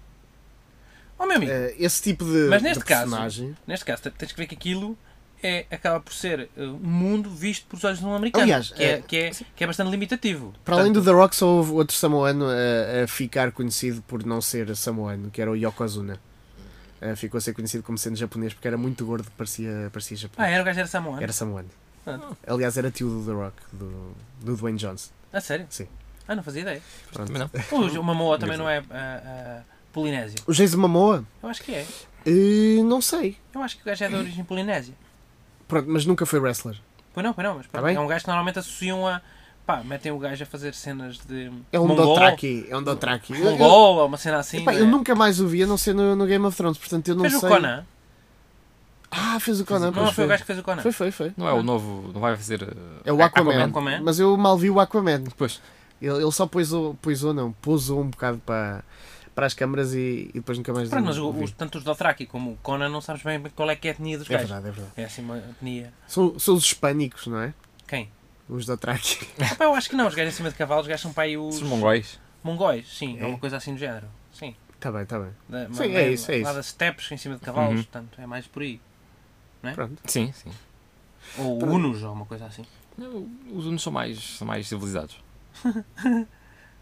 [SPEAKER 5] Oh, meu amigo,
[SPEAKER 3] eh, esse tipo de,
[SPEAKER 5] Mas neste
[SPEAKER 3] de
[SPEAKER 5] caso-
[SPEAKER 3] personagem.
[SPEAKER 5] neste caso te- tens que ver que aquilo é, acaba por ser eh, um mundo visto pelos olhos de um americano.
[SPEAKER 3] Aliás,
[SPEAKER 5] que é,
[SPEAKER 3] eh,
[SPEAKER 5] que é, que é bastante limitativo.
[SPEAKER 3] Para além do The Rock, só houve outro samoano eh, a ficar conhecido por não ser samoano, que era o Yokozuna. Eh, ficou a ser conhecido como sendo japonês porque era muito gordo, parecia, parecia
[SPEAKER 5] Ah,
[SPEAKER 3] japonês.
[SPEAKER 5] era o gajo era Samoano.
[SPEAKER 3] Era samoano.
[SPEAKER 5] Ah.
[SPEAKER 3] Aliás, era tio do The Rock, do, do Dwayne Johnson.
[SPEAKER 5] A sério?
[SPEAKER 3] Sim.
[SPEAKER 5] Ah, não fazia ideia.
[SPEAKER 3] Pronto.
[SPEAKER 4] Também não.
[SPEAKER 5] O, o Mamoa também não é ah, ah, polinésio.
[SPEAKER 3] O Jason Momoa?
[SPEAKER 5] Eu acho que é.
[SPEAKER 3] Eh, não sei.
[SPEAKER 5] Eu acho que o gajo é de origem polinésia.
[SPEAKER 3] Pronto, mas nunca foi wrestler.
[SPEAKER 5] Pois não, pois não, mas pronto,
[SPEAKER 3] Tá bem?
[SPEAKER 5] é um gajo que normalmente associam a. pá, metem o gajo a fazer cenas de.
[SPEAKER 3] É um
[SPEAKER 5] mongol,
[SPEAKER 3] Dothraki. É um Dothraki. Eu- eu-
[SPEAKER 5] mongol, ou uma cena assim.
[SPEAKER 3] Epá,
[SPEAKER 5] não
[SPEAKER 3] eu
[SPEAKER 5] é?
[SPEAKER 3] nunca mais o vi a não ser no, no Game of Thrones, portanto eu não
[SPEAKER 5] Fez o
[SPEAKER 3] sei.
[SPEAKER 5] Conan.
[SPEAKER 3] Ah, fez o Conan,
[SPEAKER 5] Não,
[SPEAKER 3] pois
[SPEAKER 5] foi
[SPEAKER 3] foi.
[SPEAKER 5] o gajo que fez o Conan. Ah,
[SPEAKER 3] Foi, foi, foi.
[SPEAKER 4] Não é o novo. Não vai fazer. eh,
[SPEAKER 3] É o Aquaman.
[SPEAKER 5] Aquaman.
[SPEAKER 3] Mas eu mal vi o Aquaman.
[SPEAKER 4] Depois.
[SPEAKER 3] Ele, ele só poisou, poisou, não, pousou um bocado para, para as câmaras e, e depois nunca mais
[SPEAKER 5] Pronto, mas
[SPEAKER 3] o
[SPEAKER 5] o- os, tanto os Dothraki como o Conan não sabes bem qual é que é a etnia dos
[SPEAKER 3] É
[SPEAKER 5] gajos.
[SPEAKER 3] verdade, é verdade.
[SPEAKER 5] É assim uma etnia.
[SPEAKER 3] São, são os hispânicos, não é?
[SPEAKER 5] Quem?
[SPEAKER 3] Os da Traque.
[SPEAKER 5] Opa, Ah, eu acho que não, os gajos acima de cavalos, os gajos são para aí os
[SPEAKER 4] Os mongóis.
[SPEAKER 5] mongóis, sim, é?
[SPEAKER 3] É?
[SPEAKER 5] uma coisa assim do género. Sim.
[SPEAKER 3] Está Tá bem, está bem.
[SPEAKER 5] Da-
[SPEAKER 3] Sim,
[SPEAKER 5] ma-
[SPEAKER 3] é
[SPEAKER 5] ma-
[SPEAKER 3] isso, é
[SPEAKER 5] Lá
[SPEAKER 3] isso.
[SPEAKER 5] das steppes em cima de cavalos,
[SPEAKER 4] Uhum.
[SPEAKER 5] portanto, é mais por aí.
[SPEAKER 3] Pronto.
[SPEAKER 4] Sim, sim.
[SPEAKER 5] Ou
[SPEAKER 3] Pronto.
[SPEAKER 5] Unos, ou uma coisa assim.
[SPEAKER 4] Não, Os hunos são mais, são mais civilizados.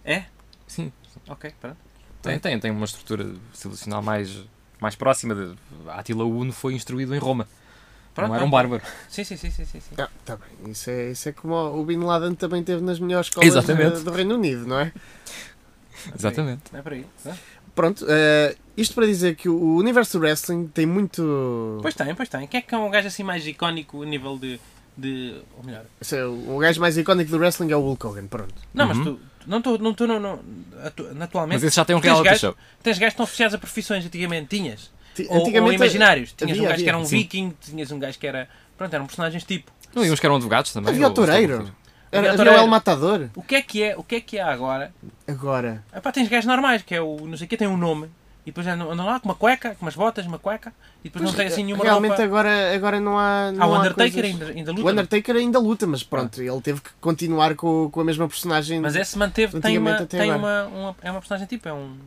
[SPEAKER 5] É?
[SPEAKER 4] Sim.
[SPEAKER 5] Ok, pronto.
[SPEAKER 4] Tem, tem, tem uma estrutura civilizacional mais, mais próxima. De... Atila Uno foi instruído em Roma.
[SPEAKER 5] Pronto,
[SPEAKER 4] não era um
[SPEAKER 5] pronto.
[SPEAKER 4] bárbaro.
[SPEAKER 5] Sim, sim, sim, sim, sim. sim.
[SPEAKER 3] Ah, tá bem. Isso é, isso é como o Bin Laden também teve nas melhores escolas
[SPEAKER 4] Exatamente.
[SPEAKER 3] do, do Reino Unido, não é?
[SPEAKER 4] Exatamente.
[SPEAKER 5] É por aí. tá?
[SPEAKER 3] Pronto, eh, isto para dizer que o universo do wrestling tem muito.
[SPEAKER 5] Pois tem, pois tem. Quem é que é um gajo assim mais icónico a nível de. de ou melhor.
[SPEAKER 3] Sei, é o gajo mais icónico do wrestling é o Hulk Hogan, pronto.
[SPEAKER 5] Não, mas
[SPEAKER 4] Uhum.
[SPEAKER 5] tu. Não estou. Não, tu não, não, atu- atualmente.
[SPEAKER 4] Mas esse já tem um
[SPEAKER 5] tens
[SPEAKER 4] reality
[SPEAKER 5] gajos-
[SPEAKER 4] show.
[SPEAKER 5] Tens gajos que estão associados a profissões antigamente. Tinhas.
[SPEAKER 3] Ti-
[SPEAKER 5] Ou, ou imaginários. Tinhas
[SPEAKER 3] havia,
[SPEAKER 5] um gajo que era um
[SPEAKER 3] havia.
[SPEAKER 4] Sim.
[SPEAKER 5] viking, tinhas um gajo que era. Pronto, eram personagens tipo.
[SPEAKER 4] Não, e uns que eram advogados também.
[SPEAKER 3] Havia o
[SPEAKER 4] ou- ou-
[SPEAKER 3] Toureiro. Era, havia o
[SPEAKER 5] Havia o
[SPEAKER 3] El
[SPEAKER 5] Toureiro.
[SPEAKER 3] Matador.
[SPEAKER 5] O que é que é, o que é, que é agora?
[SPEAKER 3] Agora.
[SPEAKER 5] Epá, tens gajos normais, que é o. não sei o que, tem um nome. E depois andam, andam lá com uma cueca, com umas botas, uma cueca. E depois não tem assim nenhuma
[SPEAKER 3] Realmente é
[SPEAKER 5] roupa.
[SPEAKER 3] agora, agora não há. Não
[SPEAKER 5] Há o
[SPEAKER 3] há
[SPEAKER 5] Undertaker
[SPEAKER 3] coisas-
[SPEAKER 5] ainda, ainda
[SPEAKER 3] assim. O
[SPEAKER 5] luta. é?
[SPEAKER 3] Undertaker ainda luta, mas pronto, ele teve que continuar com, com a mesma personagem.
[SPEAKER 5] Mas esse manteve, tem,
[SPEAKER 3] Antigamente
[SPEAKER 5] uma,
[SPEAKER 3] até
[SPEAKER 5] tem uma,
[SPEAKER 3] agora.
[SPEAKER 5] uma- É uma personagem tipo, é um.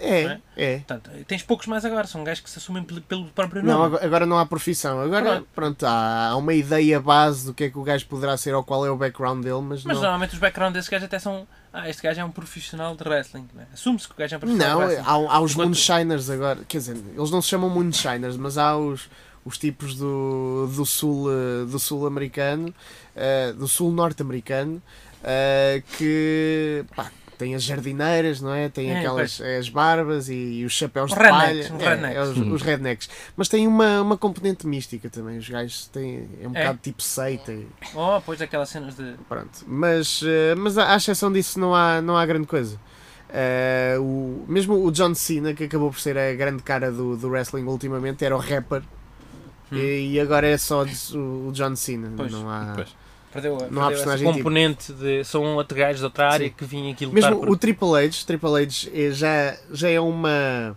[SPEAKER 3] É, é.
[SPEAKER 5] Portanto, tens poucos mais agora, são gajos que se assumem pel- pelo próprio nome.
[SPEAKER 3] Não, agora, agora não há profissão. Agora,
[SPEAKER 5] Pronto.
[SPEAKER 3] pronto, há, há uma ideia base do que é que o gajo poderá ser ou qual é o background dele, mas,
[SPEAKER 5] Mas
[SPEAKER 3] não.
[SPEAKER 5] normalmente os backgrounds desses gajos até são. Ah, este gajo é um profissional de wrestling. né? Assume-se que o gajo é um profissional
[SPEAKER 3] Não,
[SPEAKER 5] de wrestling.
[SPEAKER 3] há, há os
[SPEAKER 5] Enquanto-
[SPEAKER 3] Moonshiners agora. Quer dizer, eles não se chamam Moonshiners, mas há os, os tipos do, do sul eh, do sul americano, eh, do sul norte-americano, eh, que pá, têm as jardineiras, não é? Tem
[SPEAKER 5] É,
[SPEAKER 3] aquelas eh, as barbas e, e os chapéus
[SPEAKER 5] Os
[SPEAKER 3] de
[SPEAKER 5] rednecks,
[SPEAKER 3] palha.
[SPEAKER 5] os
[SPEAKER 3] É,
[SPEAKER 5] rednecks.
[SPEAKER 3] é, os, os rednecks. Mas tem uma, uma componente mística também. Os gajos têm. É um
[SPEAKER 5] É.
[SPEAKER 3] bocado tipo seita. e-
[SPEAKER 5] Oh, pois aquelas cenas de.
[SPEAKER 3] Pronto, mas, eh, mas à à exceção disso não há, não há grande coisa. Eh, o, mesmo o John Cena, que acabou por ser a grande cara do, do wrestling ultimamente, era o rapper. E, e agora é só des- o o John Cena.
[SPEAKER 5] Pois,
[SPEAKER 3] não há...
[SPEAKER 4] pois.
[SPEAKER 5] Perdeu,
[SPEAKER 3] Não há
[SPEAKER 5] a- perdeu essa
[SPEAKER 3] personagem tipo.
[SPEAKER 5] componente de. São outro gajo de outra área
[SPEAKER 3] Sim.
[SPEAKER 5] que vinha aqui lutar
[SPEAKER 3] Mesmo
[SPEAKER 5] por.
[SPEAKER 3] o Triple H, Triple H eh, já, já é uma.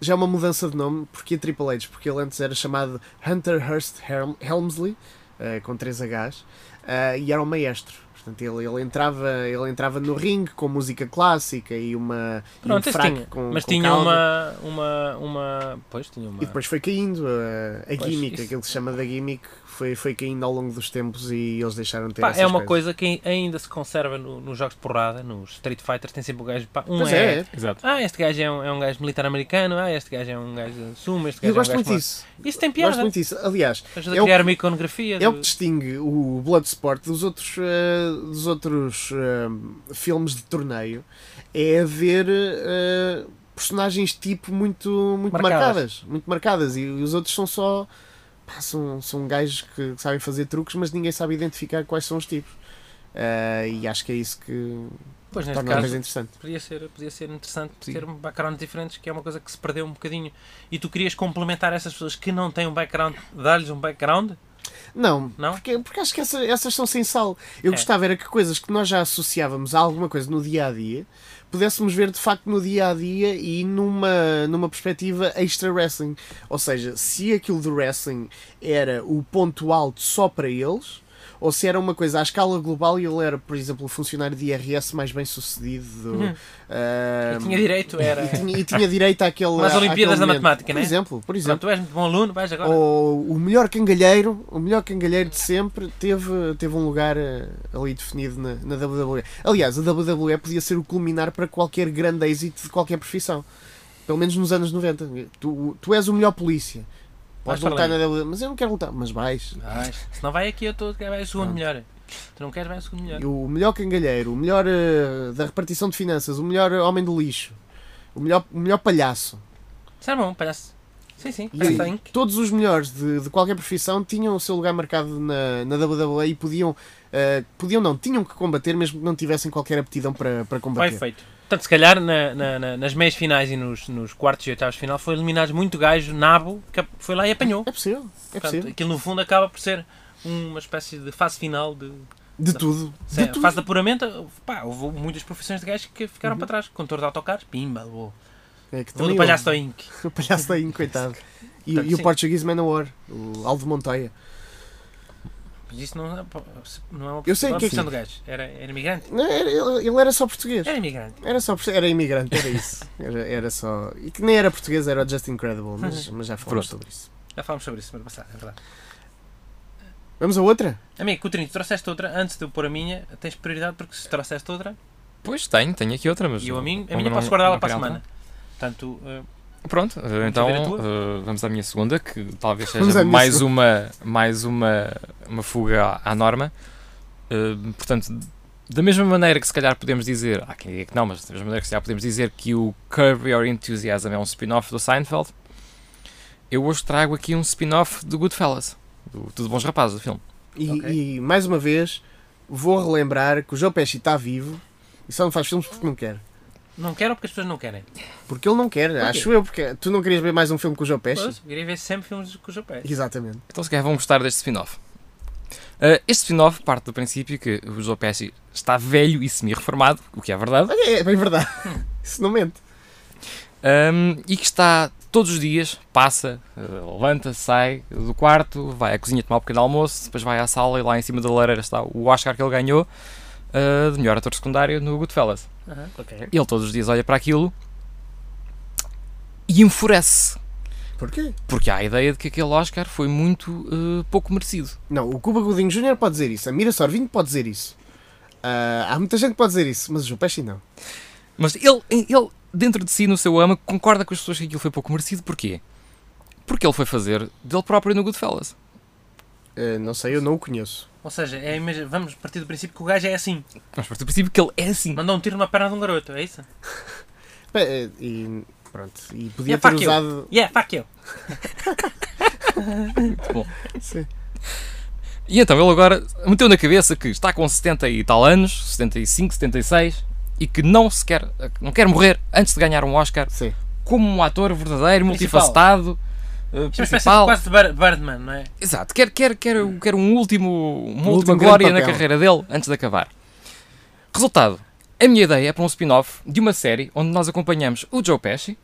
[SPEAKER 3] Já é uma mudança de nome, porque Triple H, porque ele antes era chamado Hunter Hurst Helm- Helmsley, eh, com 3 Hs, eh, e era um maestro. Portanto, ele, ele, entrava, ele entrava no ringue com música clássica e uma. e um
[SPEAKER 5] Pronto, esse
[SPEAKER 3] fraco
[SPEAKER 5] tinha.
[SPEAKER 3] com-
[SPEAKER 5] mas
[SPEAKER 3] com
[SPEAKER 5] tinha
[SPEAKER 3] cauda.
[SPEAKER 5] uma, uma, uma. Pois tinha uma.
[SPEAKER 3] E depois foi caindo eh, a,
[SPEAKER 5] Pois,
[SPEAKER 3] gimmick,
[SPEAKER 5] isso.
[SPEAKER 3] aquilo que se chama da gimmick, foi, foi caindo ao longo dos tempos e eles deixaram de ter
[SPEAKER 5] Pá,
[SPEAKER 3] essas
[SPEAKER 5] é uma
[SPEAKER 3] coisas.
[SPEAKER 5] coisa que ainda se conserva no- nos jogos de porrada, nos Street Fighters, tem sempre o gajo. Pá, um
[SPEAKER 3] Pois é.
[SPEAKER 4] Exato.
[SPEAKER 5] Ah, este gajo é um, é um gajo militar americano, ah, este gajo é um gajo de sumo, este
[SPEAKER 3] Eu
[SPEAKER 5] gajo
[SPEAKER 3] gosto
[SPEAKER 5] é um gajo
[SPEAKER 3] muito disso.
[SPEAKER 5] Isso. isso tem piada.
[SPEAKER 3] Gosto muito disso. Aliás,
[SPEAKER 5] Ajuda
[SPEAKER 3] É
[SPEAKER 5] a
[SPEAKER 3] o
[SPEAKER 5] criar uma iconografia.
[SPEAKER 3] É o
[SPEAKER 5] do-
[SPEAKER 3] que distingue o Bloodsport dos outros, eh, dos outros eh, filmes de torneio é haver eh, personagens tipo muito, muito
[SPEAKER 5] Marcadas.
[SPEAKER 3] marcadas. Muito marcadas. E os outros são só. pá, são, são gajos que, que sabem fazer truques, mas ninguém sabe identificar quais são os tipos. Eh, e acho que é isso que
[SPEAKER 5] Pois neste
[SPEAKER 3] torna a coisa
[SPEAKER 5] caso,
[SPEAKER 3] interessante.
[SPEAKER 5] podia ser, podia ser interessante
[SPEAKER 4] Sim.
[SPEAKER 5] ter um background diferente, que é uma coisa que se perdeu um bocadinho. E tu querias complementar essas pessoas que não têm um background, dar-lhes um background?
[SPEAKER 3] Não,
[SPEAKER 5] Não?
[SPEAKER 3] Porque, porque acho que essa- essas são sem sal. Eu
[SPEAKER 5] É.
[SPEAKER 3] gostava era que coisas que nós já associávamos a alguma coisa no dia a dia pudéssemos ver de facto no dia a dia e numa, numa perspectiva extra-wrestling. Ou seja, se aquilo do wrestling era o ponto alto só para eles. Ou se era uma coisa à escala global e ele era, por exemplo, o funcionário de IRS mais bem sucedido. do- ah,
[SPEAKER 5] Uhum. E tinha direito, era.
[SPEAKER 3] e tinha- e tinha direito àquele.
[SPEAKER 5] Umas
[SPEAKER 3] àquele
[SPEAKER 5] Olimpíadas da
[SPEAKER 3] momento.
[SPEAKER 5] Matemática,
[SPEAKER 3] por
[SPEAKER 5] né?
[SPEAKER 3] exemplo, Por exemplo
[SPEAKER 5] Pronto, tu és muito bom aluno, vais agora.
[SPEAKER 3] ou o melhor cangalheiro, o melhor cangalheiro de sempre teve, teve um lugar eh, ali definido na, na WWE. Aliás, a WWE podia ser o culminar para qualquer grande êxito de qualquer profissão. Pelo menos nos anos 90. Tu, tu és o melhor polícia. Podes
[SPEAKER 5] Vais para
[SPEAKER 3] lutar
[SPEAKER 5] lá.
[SPEAKER 3] na WWE, mas eu não quero lutar. Mas vais.
[SPEAKER 5] Vais. Se não vai aqui, eu estou vai o segundo melhor. Tu não queres, vai o segundo melhor.
[SPEAKER 3] E O melhor cangalheiro, o melhor eh, da repartição de finanças, o melhor homem do lixo, o melhor, o melhor palhaço.
[SPEAKER 5] Isso é bom, parece. Sim, sim,
[SPEAKER 3] E Então,
[SPEAKER 5] parece bem.
[SPEAKER 3] todos os melhores de, de qualquer profissão tinham o seu lugar marcado na, na WWE e podiam, eh, podiam não, tinham que combater mesmo que não tivessem qualquer aptidão para, para
[SPEAKER 5] Bem
[SPEAKER 3] combater.
[SPEAKER 5] feito. Portanto, se calhar na- na- na- nas meias finais e nos, nos quartos e oitavos de final foi eliminados muito gajo, nabo, que foi lá e apanhou.
[SPEAKER 3] É possível, é
[SPEAKER 5] Portanto,
[SPEAKER 3] possível.
[SPEAKER 5] aquilo no fundo acaba por ser uma espécie de fase final de,
[SPEAKER 3] De tudo.
[SPEAKER 5] se-
[SPEAKER 3] De tudo.
[SPEAKER 5] fase de apuramento. Pá, houve muitas profissões de gajos que ficaram para trás. Contor de autocarros, pimba, vou.
[SPEAKER 3] É que
[SPEAKER 5] Vou
[SPEAKER 3] também
[SPEAKER 5] do
[SPEAKER 3] o-
[SPEAKER 5] palhaço ao Inc.
[SPEAKER 3] O palhaço da Inc, coitado. E, o-
[SPEAKER 5] Portanto,
[SPEAKER 3] e o
[SPEAKER 5] sim.
[SPEAKER 3] Portuguese Man of War, o Aldo Montoya.
[SPEAKER 5] Mas isso não é, não é uma
[SPEAKER 3] Eu sei
[SPEAKER 5] uma
[SPEAKER 3] que é
[SPEAKER 5] profissão de gajo. Era, era imigrante.
[SPEAKER 3] Não, era- ele, ele era só português.
[SPEAKER 5] Era imigrante.
[SPEAKER 3] Era só portu- era imigrante, era isso. Era, era só. E que nem era português, era o Just Incredible, mas, mas já falamos
[SPEAKER 4] Pronto.
[SPEAKER 3] sobre isso.
[SPEAKER 5] Já falámos sobre isso semana passada, é verdade.
[SPEAKER 3] Vamos a outra?
[SPEAKER 5] Amigo, Coutinho, trouxeste outra antes de eu pôr a minha. Tens prioridade porque se trouxeste outra
[SPEAKER 4] Pois tenho, tenho aqui outra, mas.
[SPEAKER 5] e eu a minha, a
[SPEAKER 4] como
[SPEAKER 5] minha
[SPEAKER 4] não-
[SPEAKER 5] posso guardá-la
[SPEAKER 4] não
[SPEAKER 5] para a
[SPEAKER 4] queria
[SPEAKER 5] semana. Portanto, eh,
[SPEAKER 4] Pronto, eh, então
[SPEAKER 5] ver a tua.
[SPEAKER 4] eh, vamos à minha segunda, que talvez
[SPEAKER 3] Vamos à
[SPEAKER 4] seja
[SPEAKER 3] minha
[SPEAKER 4] mais, uma, mais uma, uma fuga à- à norma. Eh, portanto, da mesma maneira que se calhar podemos dizer, há quem diga que não, mas da mesma maneira que se calhar podemos dizer que o Curb Your Enthusiasm é um spin-off do Seinfeld, eu hoje trago aqui um spin-off do Goodfellas, do Tudo Bons Rapazes, do filme.
[SPEAKER 3] E,
[SPEAKER 5] Ok.
[SPEAKER 3] e, mais uma vez vou relembrar que o João Pesci está vivo e só não faz filmes porque não quer.
[SPEAKER 5] Não quero porque as pessoas não querem.
[SPEAKER 3] Porque ele não quer, acho eu, porque tu não querias ver mais um filme com o João Pesci?
[SPEAKER 5] Pois, irei ver sempre filmes com o Japão.
[SPEAKER 3] Exatamente.
[SPEAKER 4] Então se calhar vão gostar deste spin-off. Ah, este spin-off parte do princípio que o Joe Pesci está velho e semi-reformado, o que é verdade,
[SPEAKER 3] Olha, é bem verdade. Isso não mente.
[SPEAKER 4] ahm, um, e que está todos os dias, passa, ah, levanta, sai do quarto, vai à cozinha tomar um pequeno almoço, depois vai à sala e lá em cima da lareira está o Oscar que ele ganhou ah, de melhor ator secundário no Goodfellas.
[SPEAKER 5] ok.
[SPEAKER 4] Ele todos os dias olha para aquilo e enfurece,
[SPEAKER 3] Porquê?
[SPEAKER 4] porque há a ideia de que aquele Oscar foi muito ah, pouco merecido.
[SPEAKER 3] Não, o Cuba Godinho Jr. pode dizer isso, a Mira Sorvino pode dizer isso. Ah, há muita gente que pode dizer isso, mas o João Pesci não.
[SPEAKER 4] Mas ele, ele, dentro de si, no seu ama, concorda com as pessoas que aquilo foi pouco merecido. Porquê? Porque ele foi fazer dele próprio no Goodfellas.
[SPEAKER 3] Ah, não sei, eu não o conheço.
[SPEAKER 5] Ou seja, é, imagi- vamos partir do princípio que o gajo é assim.
[SPEAKER 4] Mas por princípio que ele é assim.
[SPEAKER 5] Mandou um tiro na perna de um garoto, é isso?
[SPEAKER 3] Pá, eh, E pronto, e podia
[SPEAKER 5] Yeah,
[SPEAKER 3] ter
[SPEAKER 5] fuck you.
[SPEAKER 3] usado.
[SPEAKER 5] Yeah, fuck you.
[SPEAKER 3] Sim.
[SPEAKER 4] E então ele agora meteu na cabeça que está com 70 e tal anos, 75, 76, e que não se quer, não quer morrer antes de ganhar um Oscar
[SPEAKER 3] Sim.
[SPEAKER 4] como um ator verdadeiro,
[SPEAKER 5] Principal.
[SPEAKER 4] multifacetado, eh,
[SPEAKER 5] Isto é uma espécie
[SPEAKER 4] principal.
[SPEAKER 5] quase de Bird- Birdman, não é?
[SPEAKER 4] Exato, quer, quer, quer, quer um último, uma
[SPEAKER 3] Um
[SPEAKER 4] última
[SPEAKER 3] último
[SPEAKER 4] glória
[SPEAKER 3] grande
[SPEAKER 4] na
[SPEAKER 3] papel.
[SPEAKER 4] carreira dele antes de acabar. Resultado: a minha ideia é para um spin-off de uma série onde nós acompanhamos o Joe Pesci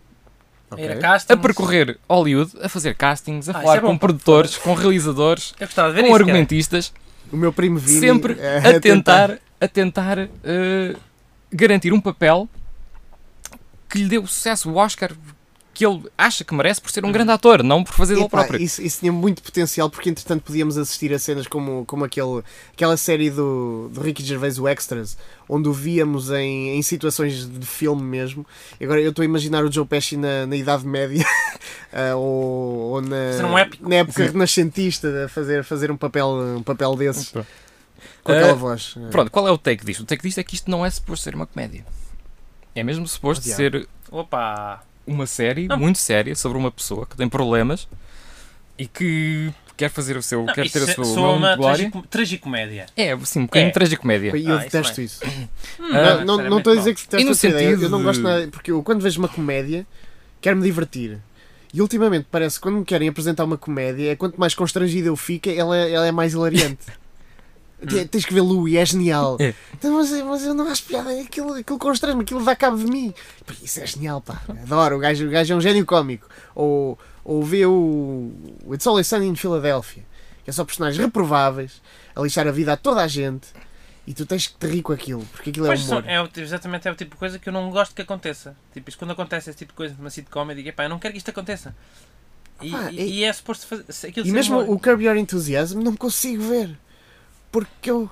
[SPEAKER 3] ok.
[SPEAKER 5] Era
[SPEAKER 4] a
[SPEAKER 5] casting.
[SPEAKER 4] percorrer Hollywood, a fazer castings, a
[SPEAKER 5] Ah,
[SPEAKER 4] falar
[SPEAKER 5] isso é bom,
[SPEAKER 4] com
[SPEAKER 5] pá.
[SPEAKER 4] produtores, com realizadores,
[SPEAKER 5] Eu gostava de ver
[SPEAKER 4] com
[SPEAKER 5] isso.
[SPEAKER 4] argumentistas,
[SPEAKER 3] O meu primo Vini.
[SPEAKER 4] sempre
[SPEAKER 3] eh,
[SPEAKER 4] a tentar, a tentar eh, garantir um papel que lhe dê o sucesso, o Oscar que ele acha que merece por ser um grande ator, não por fazer ele
[SPEAKER 3] Epá,
[SPEAKER 4] próprio.
[SPEAKER 3] isso, isso tinha muito potencial porque entretanto podíamos assistir a cenas como, como aquele, aquela série do, do Ricky Gervais, o Extras, onde o víamos em, em situações de filme mesmo. E Agora eu estou a imaginar o Joe Pesci na, na Idade Média ah, ou, ou
[SPEAKER 5] Ser
[SPEAKER 3] na,
[SPEAKER 5] um épico.
[SPEAKER 3] na época renascentista a fazer, fazer um, papel, um papel desses
[SPEAKER 4] Pronto.
[SPEAKER 3] com aquela
[SPEAKER 4] Ah,
[SPEAKER 3] voz.
[SPEAKER 4] Então. Pronto, qual é o take disto? O take disto é que isto não é suposto ser uma comédia. É mesmo suposto
[SPEAKER 3] Oh,
[SPEAKER 4] ser
[SPEAKER 5] Opa!
[SPEAKER 4] uma série
[SPEAKER 5] Não.
[SPEAKER 4] muito séria sobre uma pessoa que tem problemas e que quer fazer o seu. quer ter a
[SPEAKER 5] isso
[SPEAKER 4] sua
[SPEAKER 5] soa
[SPEAKER 4] nome de
[SPEAKER 5] uma
[SPEAKER 4] glória.
[SPEAKER 5] tragicom- tragicomédia.
[SPEAKER 4] É, assim, um bocadinho
[SPEAKER 5] É.
[SPEAKER 4] de tragicomédia.
[SPEAKER 3] E eu
[SPEAKER 5] Ah, isso
[SPEAKER 3] detesto isso.
[SPEAKER 4] Ah,
[SPEAKER 3] Não- não não estou a dizer que detesto
[SPEAKER 4] E no
[SPEAKER 3] essa ideia.
[SPEAKER 4] sentido
[SPEAKER 3] Eu não gosto
[SPEAKER 4] de-
[SPEAKER 3] nada, porque eu quando vejo uma comédia, quero-me divertir. E ultimamente parece que quando me querem apresentar uma comédia, é quanto mais constrangida eu fico, ela, ela é mais hilariante. Te- Tens que ver Louis, é genial.
[SPEAKER 4] É.
[SPEAKER 3] Então, mas, mas eu não acho piada, é aquilo, aquilo constrange-me, aquilo dá cabo de mim. Pá, Isso é genial, pá. Adoro, o gajo, o gajo é um gênio cómico. Ou, ou vê o o It's Always Sunny in Philadelphia, que é só personagens reprováveis, a lixar a vida a toda a gente, e tu tens que te rir com aquilo, porque aquilo
[SPEAKER 5] Pois
[SPEAKER 3] é
[SPEAKER 5] são-
[SPEAKER 3] humor.
[SPEAKER 5] é o- exatamente é o tipo de coisa que eu não gosto que aconteça. Tipo, isto, quando acontece esse tipo de coisa numa sitcom, eu digo, epá, eu não quero que isto aconteça. E,
[SPEAKER 3] Opa,
[SPEAKER 5] e-
[SPEAKER 3] e-
[SPEAKER 5] e é suposto fazer se- aquilo
[SPEAKER 3] E
[SPEAKER 5] ser
[SPEAKER 3] mesmo
[SPEAKER 5] humor.
[SPEAKER 3] o Curb Your Enthusiasm não consigo ver. Porque eu.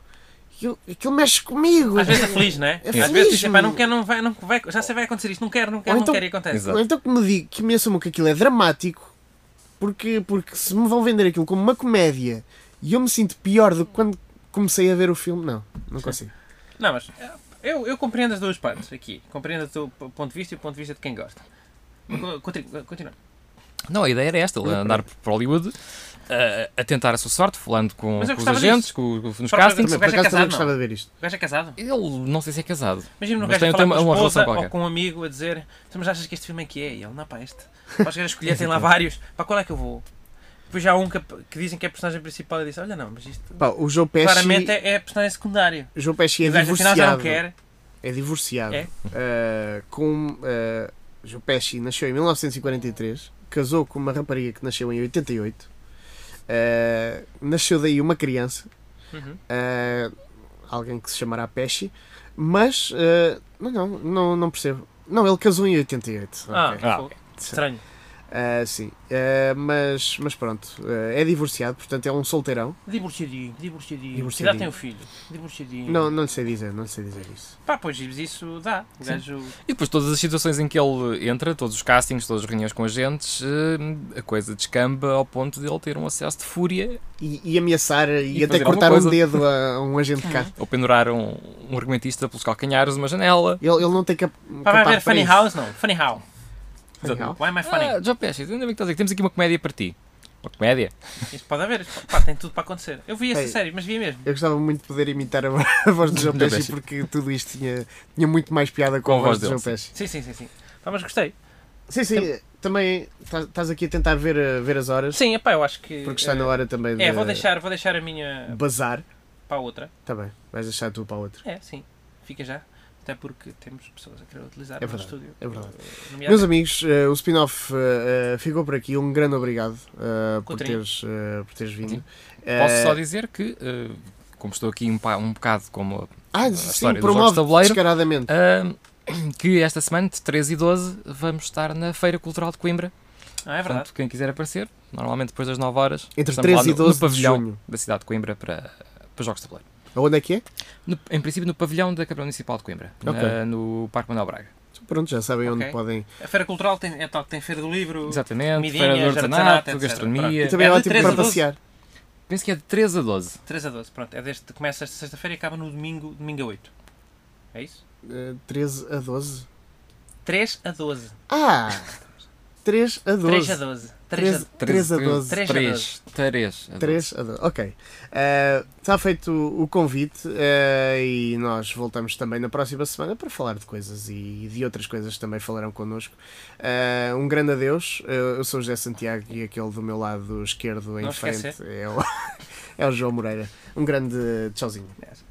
[SPEAKER 3] eu aquilo mexe comigo.
[SPEAKER 5] Às vezes é feliz, não é?
[SPEAKER 3] É
[SPEAKER 5] Às
[SPEAKER 3] feliz,
[SPEAKER 5] vezes diz, epá,
[SPEAKER 3] meu.
[SPEAKER 5] não quero, não vai, não vai, já sei vai acontecer isto, não quero, não
[SPEAKER 3] Ou
[SPEAKER 5] quero, não
[SPEAKER 3] então-
[SPEAKER 5] quero e acontece.
[SPEAKER 4] Exato.
[SPEAKER 3] Ou então que me diga que me assumam que aquilo é dramático. Porque, porque se me vão vender aquilo como uma comédia e eu me sinto pior do que quando comecei a ver o filme, não, não consigo.
[SPEAKER 5] Não, mas eh, eu, eu compreendo as duas partes aqui. Compreendo o teu p- ponto de vista e o ponto de vista de quem gosta. Co- continu- Continua.
[SPEAKER 4] Não, a ideia era esta, ele andar por Hollywood ah, a tentar a sua sorte, falando com,
[SPEAKER 5] Mas eu
[SPEAKER 4] com os
[SPEAKER 5] gostava
[SPEAKER 4] agentes, com, com- nos
[SPEAKER 5] Para- para-
[SPEAKER 4] castings.
[SPEAKER 5] o
[SPEAKER 3] Também, por
[SPEAKER 5] gajo
[SPEAKER 3] acaso
[SPEAKER 5] é
[SPEAKER 3] também
[SPEAKER 5] casado,
[SPEAKER 3] gostava de ver isto.
[SPEAKER 5] O gajo é casado.
[SPEAKER 4] Ele não sei se é casado.
[SPEAKER 5] Imagina um
[SPEAKER 4] Mas
[SPEAKER 5] gajo
[SPEAKER 4] tem- tem
[SPEAKER 5] a falar com
[SPEAKER 4] uma- uma
[SPEAKER 5] a
[SPEAKER 4] relação
[SPEAKER 5] esposa
[SPEAKER 4] qualquer.
[SPEAKER 5] ou com um amigo a dizer "Então, mas achas que este filme é que é? E ele, não pá, este. Para os gajos escolher, tem lá vários. Para qual é que eu vou? Depois já há um que, que dizem que é a personagem principal e diz olha não, mas isto
[SPEAKER 3] Pá, o João Pesci,
[SPEAKER 5] claramente é, é a personagem secundário.
[SPEAKER 3] o João Pesci assim é
[SPEAKER 5] E o gajo afinal já não
[SPEAKER 3] divorciado.
[SPEAKER 5] quer.
[SPEAKER 3] É divorciado.
[SPEAKER 5] É?
[SPEAKER 3] Ah, com, ah, Joe Pesci nasceu em 1943, casou com uma rapariga que nasceu em 88, ah, nasceu daí uma criança,
[SPEAKER 5] Uhum.
[SPEAKER 3] ah, alguém que se chamará Pesci, mas ah, não, não, não, não percebo. Não, ele casou em 88.
[SPEAKER 5] Ah,
[SPEAKER 3] ok.
[SPEAKER 4] Ah,
[SPEAKER 5] fogo. estranho.
[SPEAKER 3] Ah, sim. Ah, mas, mas pronto, ah, é divorciado, portanto é um solteirão.
[SPEAKER 5] Divorciadinho, divorciadinho. Que
[SPEAKER 3] Divorciadinho.
[SPEAKER 5] idade tem o filho? Divorciadinho.
[SPEAKER 3] Não, não lhe sei dizer, não lhe sei dizer isso.
[SPEAKER 5] Pá, pois isso dá. O gajo.
[SPEAKER 4] E depois todas as situações em que ele entra, todos os castings, todas as reuniões com agentes, eh, a coisa descamba ao ponto de ele ter um acesso de fúria
[SPEAKER 3] E, e ameaçar e,
[SPEAKER 4] E
[SPEAKER 3] até
[SPEAKER 4] fazer alguma
[SPEAKER 3] cortar um
[SPEAKER 4] coisa.
[SPEAKER 3] dedo a, a um agente cá.
[SPEAKER 4] ou pendurar um, um argumentista pelos calcanhares, uma janela.
[SPEAKER 3] Ele, ele não tem cap
[SPEAKER 5] Pá, vai
[SPEAKER 3] capaz
[SPEAKER 5] ver
[SPEAKER 3] para
[SPEAKER 5] Funny
[SPEAKER 3] isso.
[SPEAKER 5] House? Não. Funny How.
[SPEAKER 3] Funny House.
[SPEAKER 5] Why am I funny?
[SPEAKER 4] Ah, Joe Pesci, ainda bem que estás aqui, temos aqui uma comédia para ti. Uma comédia.
[SPEAKER 5] Isso pode haver, isto- pá, tem tudo para acontecer. Eu vi essa
[SPEAKER 3] Ei.
[SPEAKER 5] série, mas vi mesmo.
[SPEAKER 3] Eu gostava muito de poder imitar a vo- a voz do João
[SPEAKER 4] Do
[SPEAKER 3] Pesci
[SPEAKER 4] Pesci.
[SPEAKER 3] porque tudo isto tinha, tinha muito mais piada com, a voz do João
[SPEAKER 4] dele,
[SPEAKER 3] Pesci.
[SPEAKER 5] Sim, sim, sim, sim. Pá, mas gostei.
[SPEAKER 3] Sim,
[SPEAKER 5] Então-
[SPEAKER 3] sim, também estás- estás aqui a tentar ver, a- ver as horas
[SPEAKER 5] Sim, epá, eu acho que.
[SPEAKER 3] porque está
[SPEAKER 5] eh,
[SPEAKER 3] na hora também de
[SPEAKER 5] É, vou deixar, vou deixar a minha
[SPEAKER 3] bazar.
[SPEAKER 5] para a outra.
[SPEAKER 3] Está bem, vais deixar a tua para a outra.
[SPEAKER 5] É, sim. Fica já. Até porque temos pessoas a querer utilizar
[SPEAKER 3] É
[SPEAKER 5] o nosso
[SPEAKER 3] verdade,
[SPEAKER 5] estúdio.
[SPEAKER 3] é verdade.
[SPEAKER 5] Eh,
[SPEAKER 3] Meus
[SPEAKER 5] nomeadamente-
[SPEAKER 3] amigos, eh, o spin-off eh, eh, ficou por aqui. Um grande obrigado eh, por,
[SPEAKER 5] Coutrinho.
[SPEAKER 3] teres, eh, por teres vindo.
[SPEAKER 4] Sim. Posso só
[SPEAKER 3] Eh,
[SPEAKER 4] dizer que, eh, como estou aqui um, pa- um bocado como.
[SPEAKER 3] Ah,
[SPEAKER 4] a
[SPEAKER 3] sim,
[SPEAKER 4] história dos jogos de
[SPEAKER 3] promove
[SPEAKER 4] tabuleiro.
[SPEAKER 3] descaradamente.
[SPEAKER 4] ah, que esta semana, de 13 e 12, vamos estar na Feira Cultural de Coimbra.
[SPEAKER 5] Ah, é verdade.
[SPEAKER 4] Portanto, quem quiser aparecer, normalmente depois das 9 horas,
[SPEAKER 3] Entre
[SPEAKER 4] estamos
[SPEAKER 3] 13
[SPEAKER 4] lá
[SPEAKER 3] e
[SPEAKER 4] no, no
[SPEAKER 3] 12 de
[SPEAKER 4] pavilhão
[SPEAKER 3] junho.
[SPEAKER 4] da cidade de Coimbra para, para jogos de tabuleiro.
[SPEAKER 3] Onde é que é?
[SPEAKER 4] No- em princípio, no pavilhão da Câmara Municipal de Coimbra,
[SPEAKER 3] Ok.
[SPEAKER 4] na- no Parque Manuel Braga.
[SPEAKER 3] Então Pronto, já sabem onde
[SPEAKER 5] Ok.
[SPEAKER 3] podem.
[SPEAKER 5] A Feira Cultural tem, é tal que tem Feira do Livro.
[SPEAKER 4] Exatamente,
[SPEAKER 5] comidinhas,
[SPEAKER 4] feira do
[SPEAKER 5] artesanato,
[SPEAKER 4] artesanato,
[SPEAKER 5] etc.
[SPEAKER 4] gastronomia.
[SPEAKER 3] E também é,
[SPEAKER 5] de
[SPEAKER 3] ótimo
[SPEAKER 5] 13 a
[SPEAKER 3] para
[SPEAKER 5] 12.
[SPEAKER 3] passear.
[SPEAKER 4] Penso que é de 13 a 12.
[SPEAKER 5] 3 a 12, pronto. É desde, começa esta sexta-feira e acaba no domingo, domingo a 8. É isso?
[SPEAKER 3] Eh, 13 a 12.
[SPEAKER 5] 3 a 12.
[SPEAKER 3] Ah! 3 a 12.
[SPEAKER 5] 3 a 12. 3 a 12.
[SPEAKER 3] 13 a 12.
[SPEAKER 5] 13 a
[SPEAKER 4] 3, 3 a 12.
[SPEAKER 3] 3 a 12. Ok. Eh, Está feito o convite eh, e nós voltamos também na próxima semana para falar de coisas e de outras coisas que também falarão connosco. Eh, um grande adeus. Eh, eu sou o José Santiago e aquele do meu lado esquerdo em
[SPEAKER 5] Não
[SPEAKER 3] frente
[SPEAKER 5] esquecer.
[SPEAKER 3] é o, é o João Moreira. Um grande tchauzinho.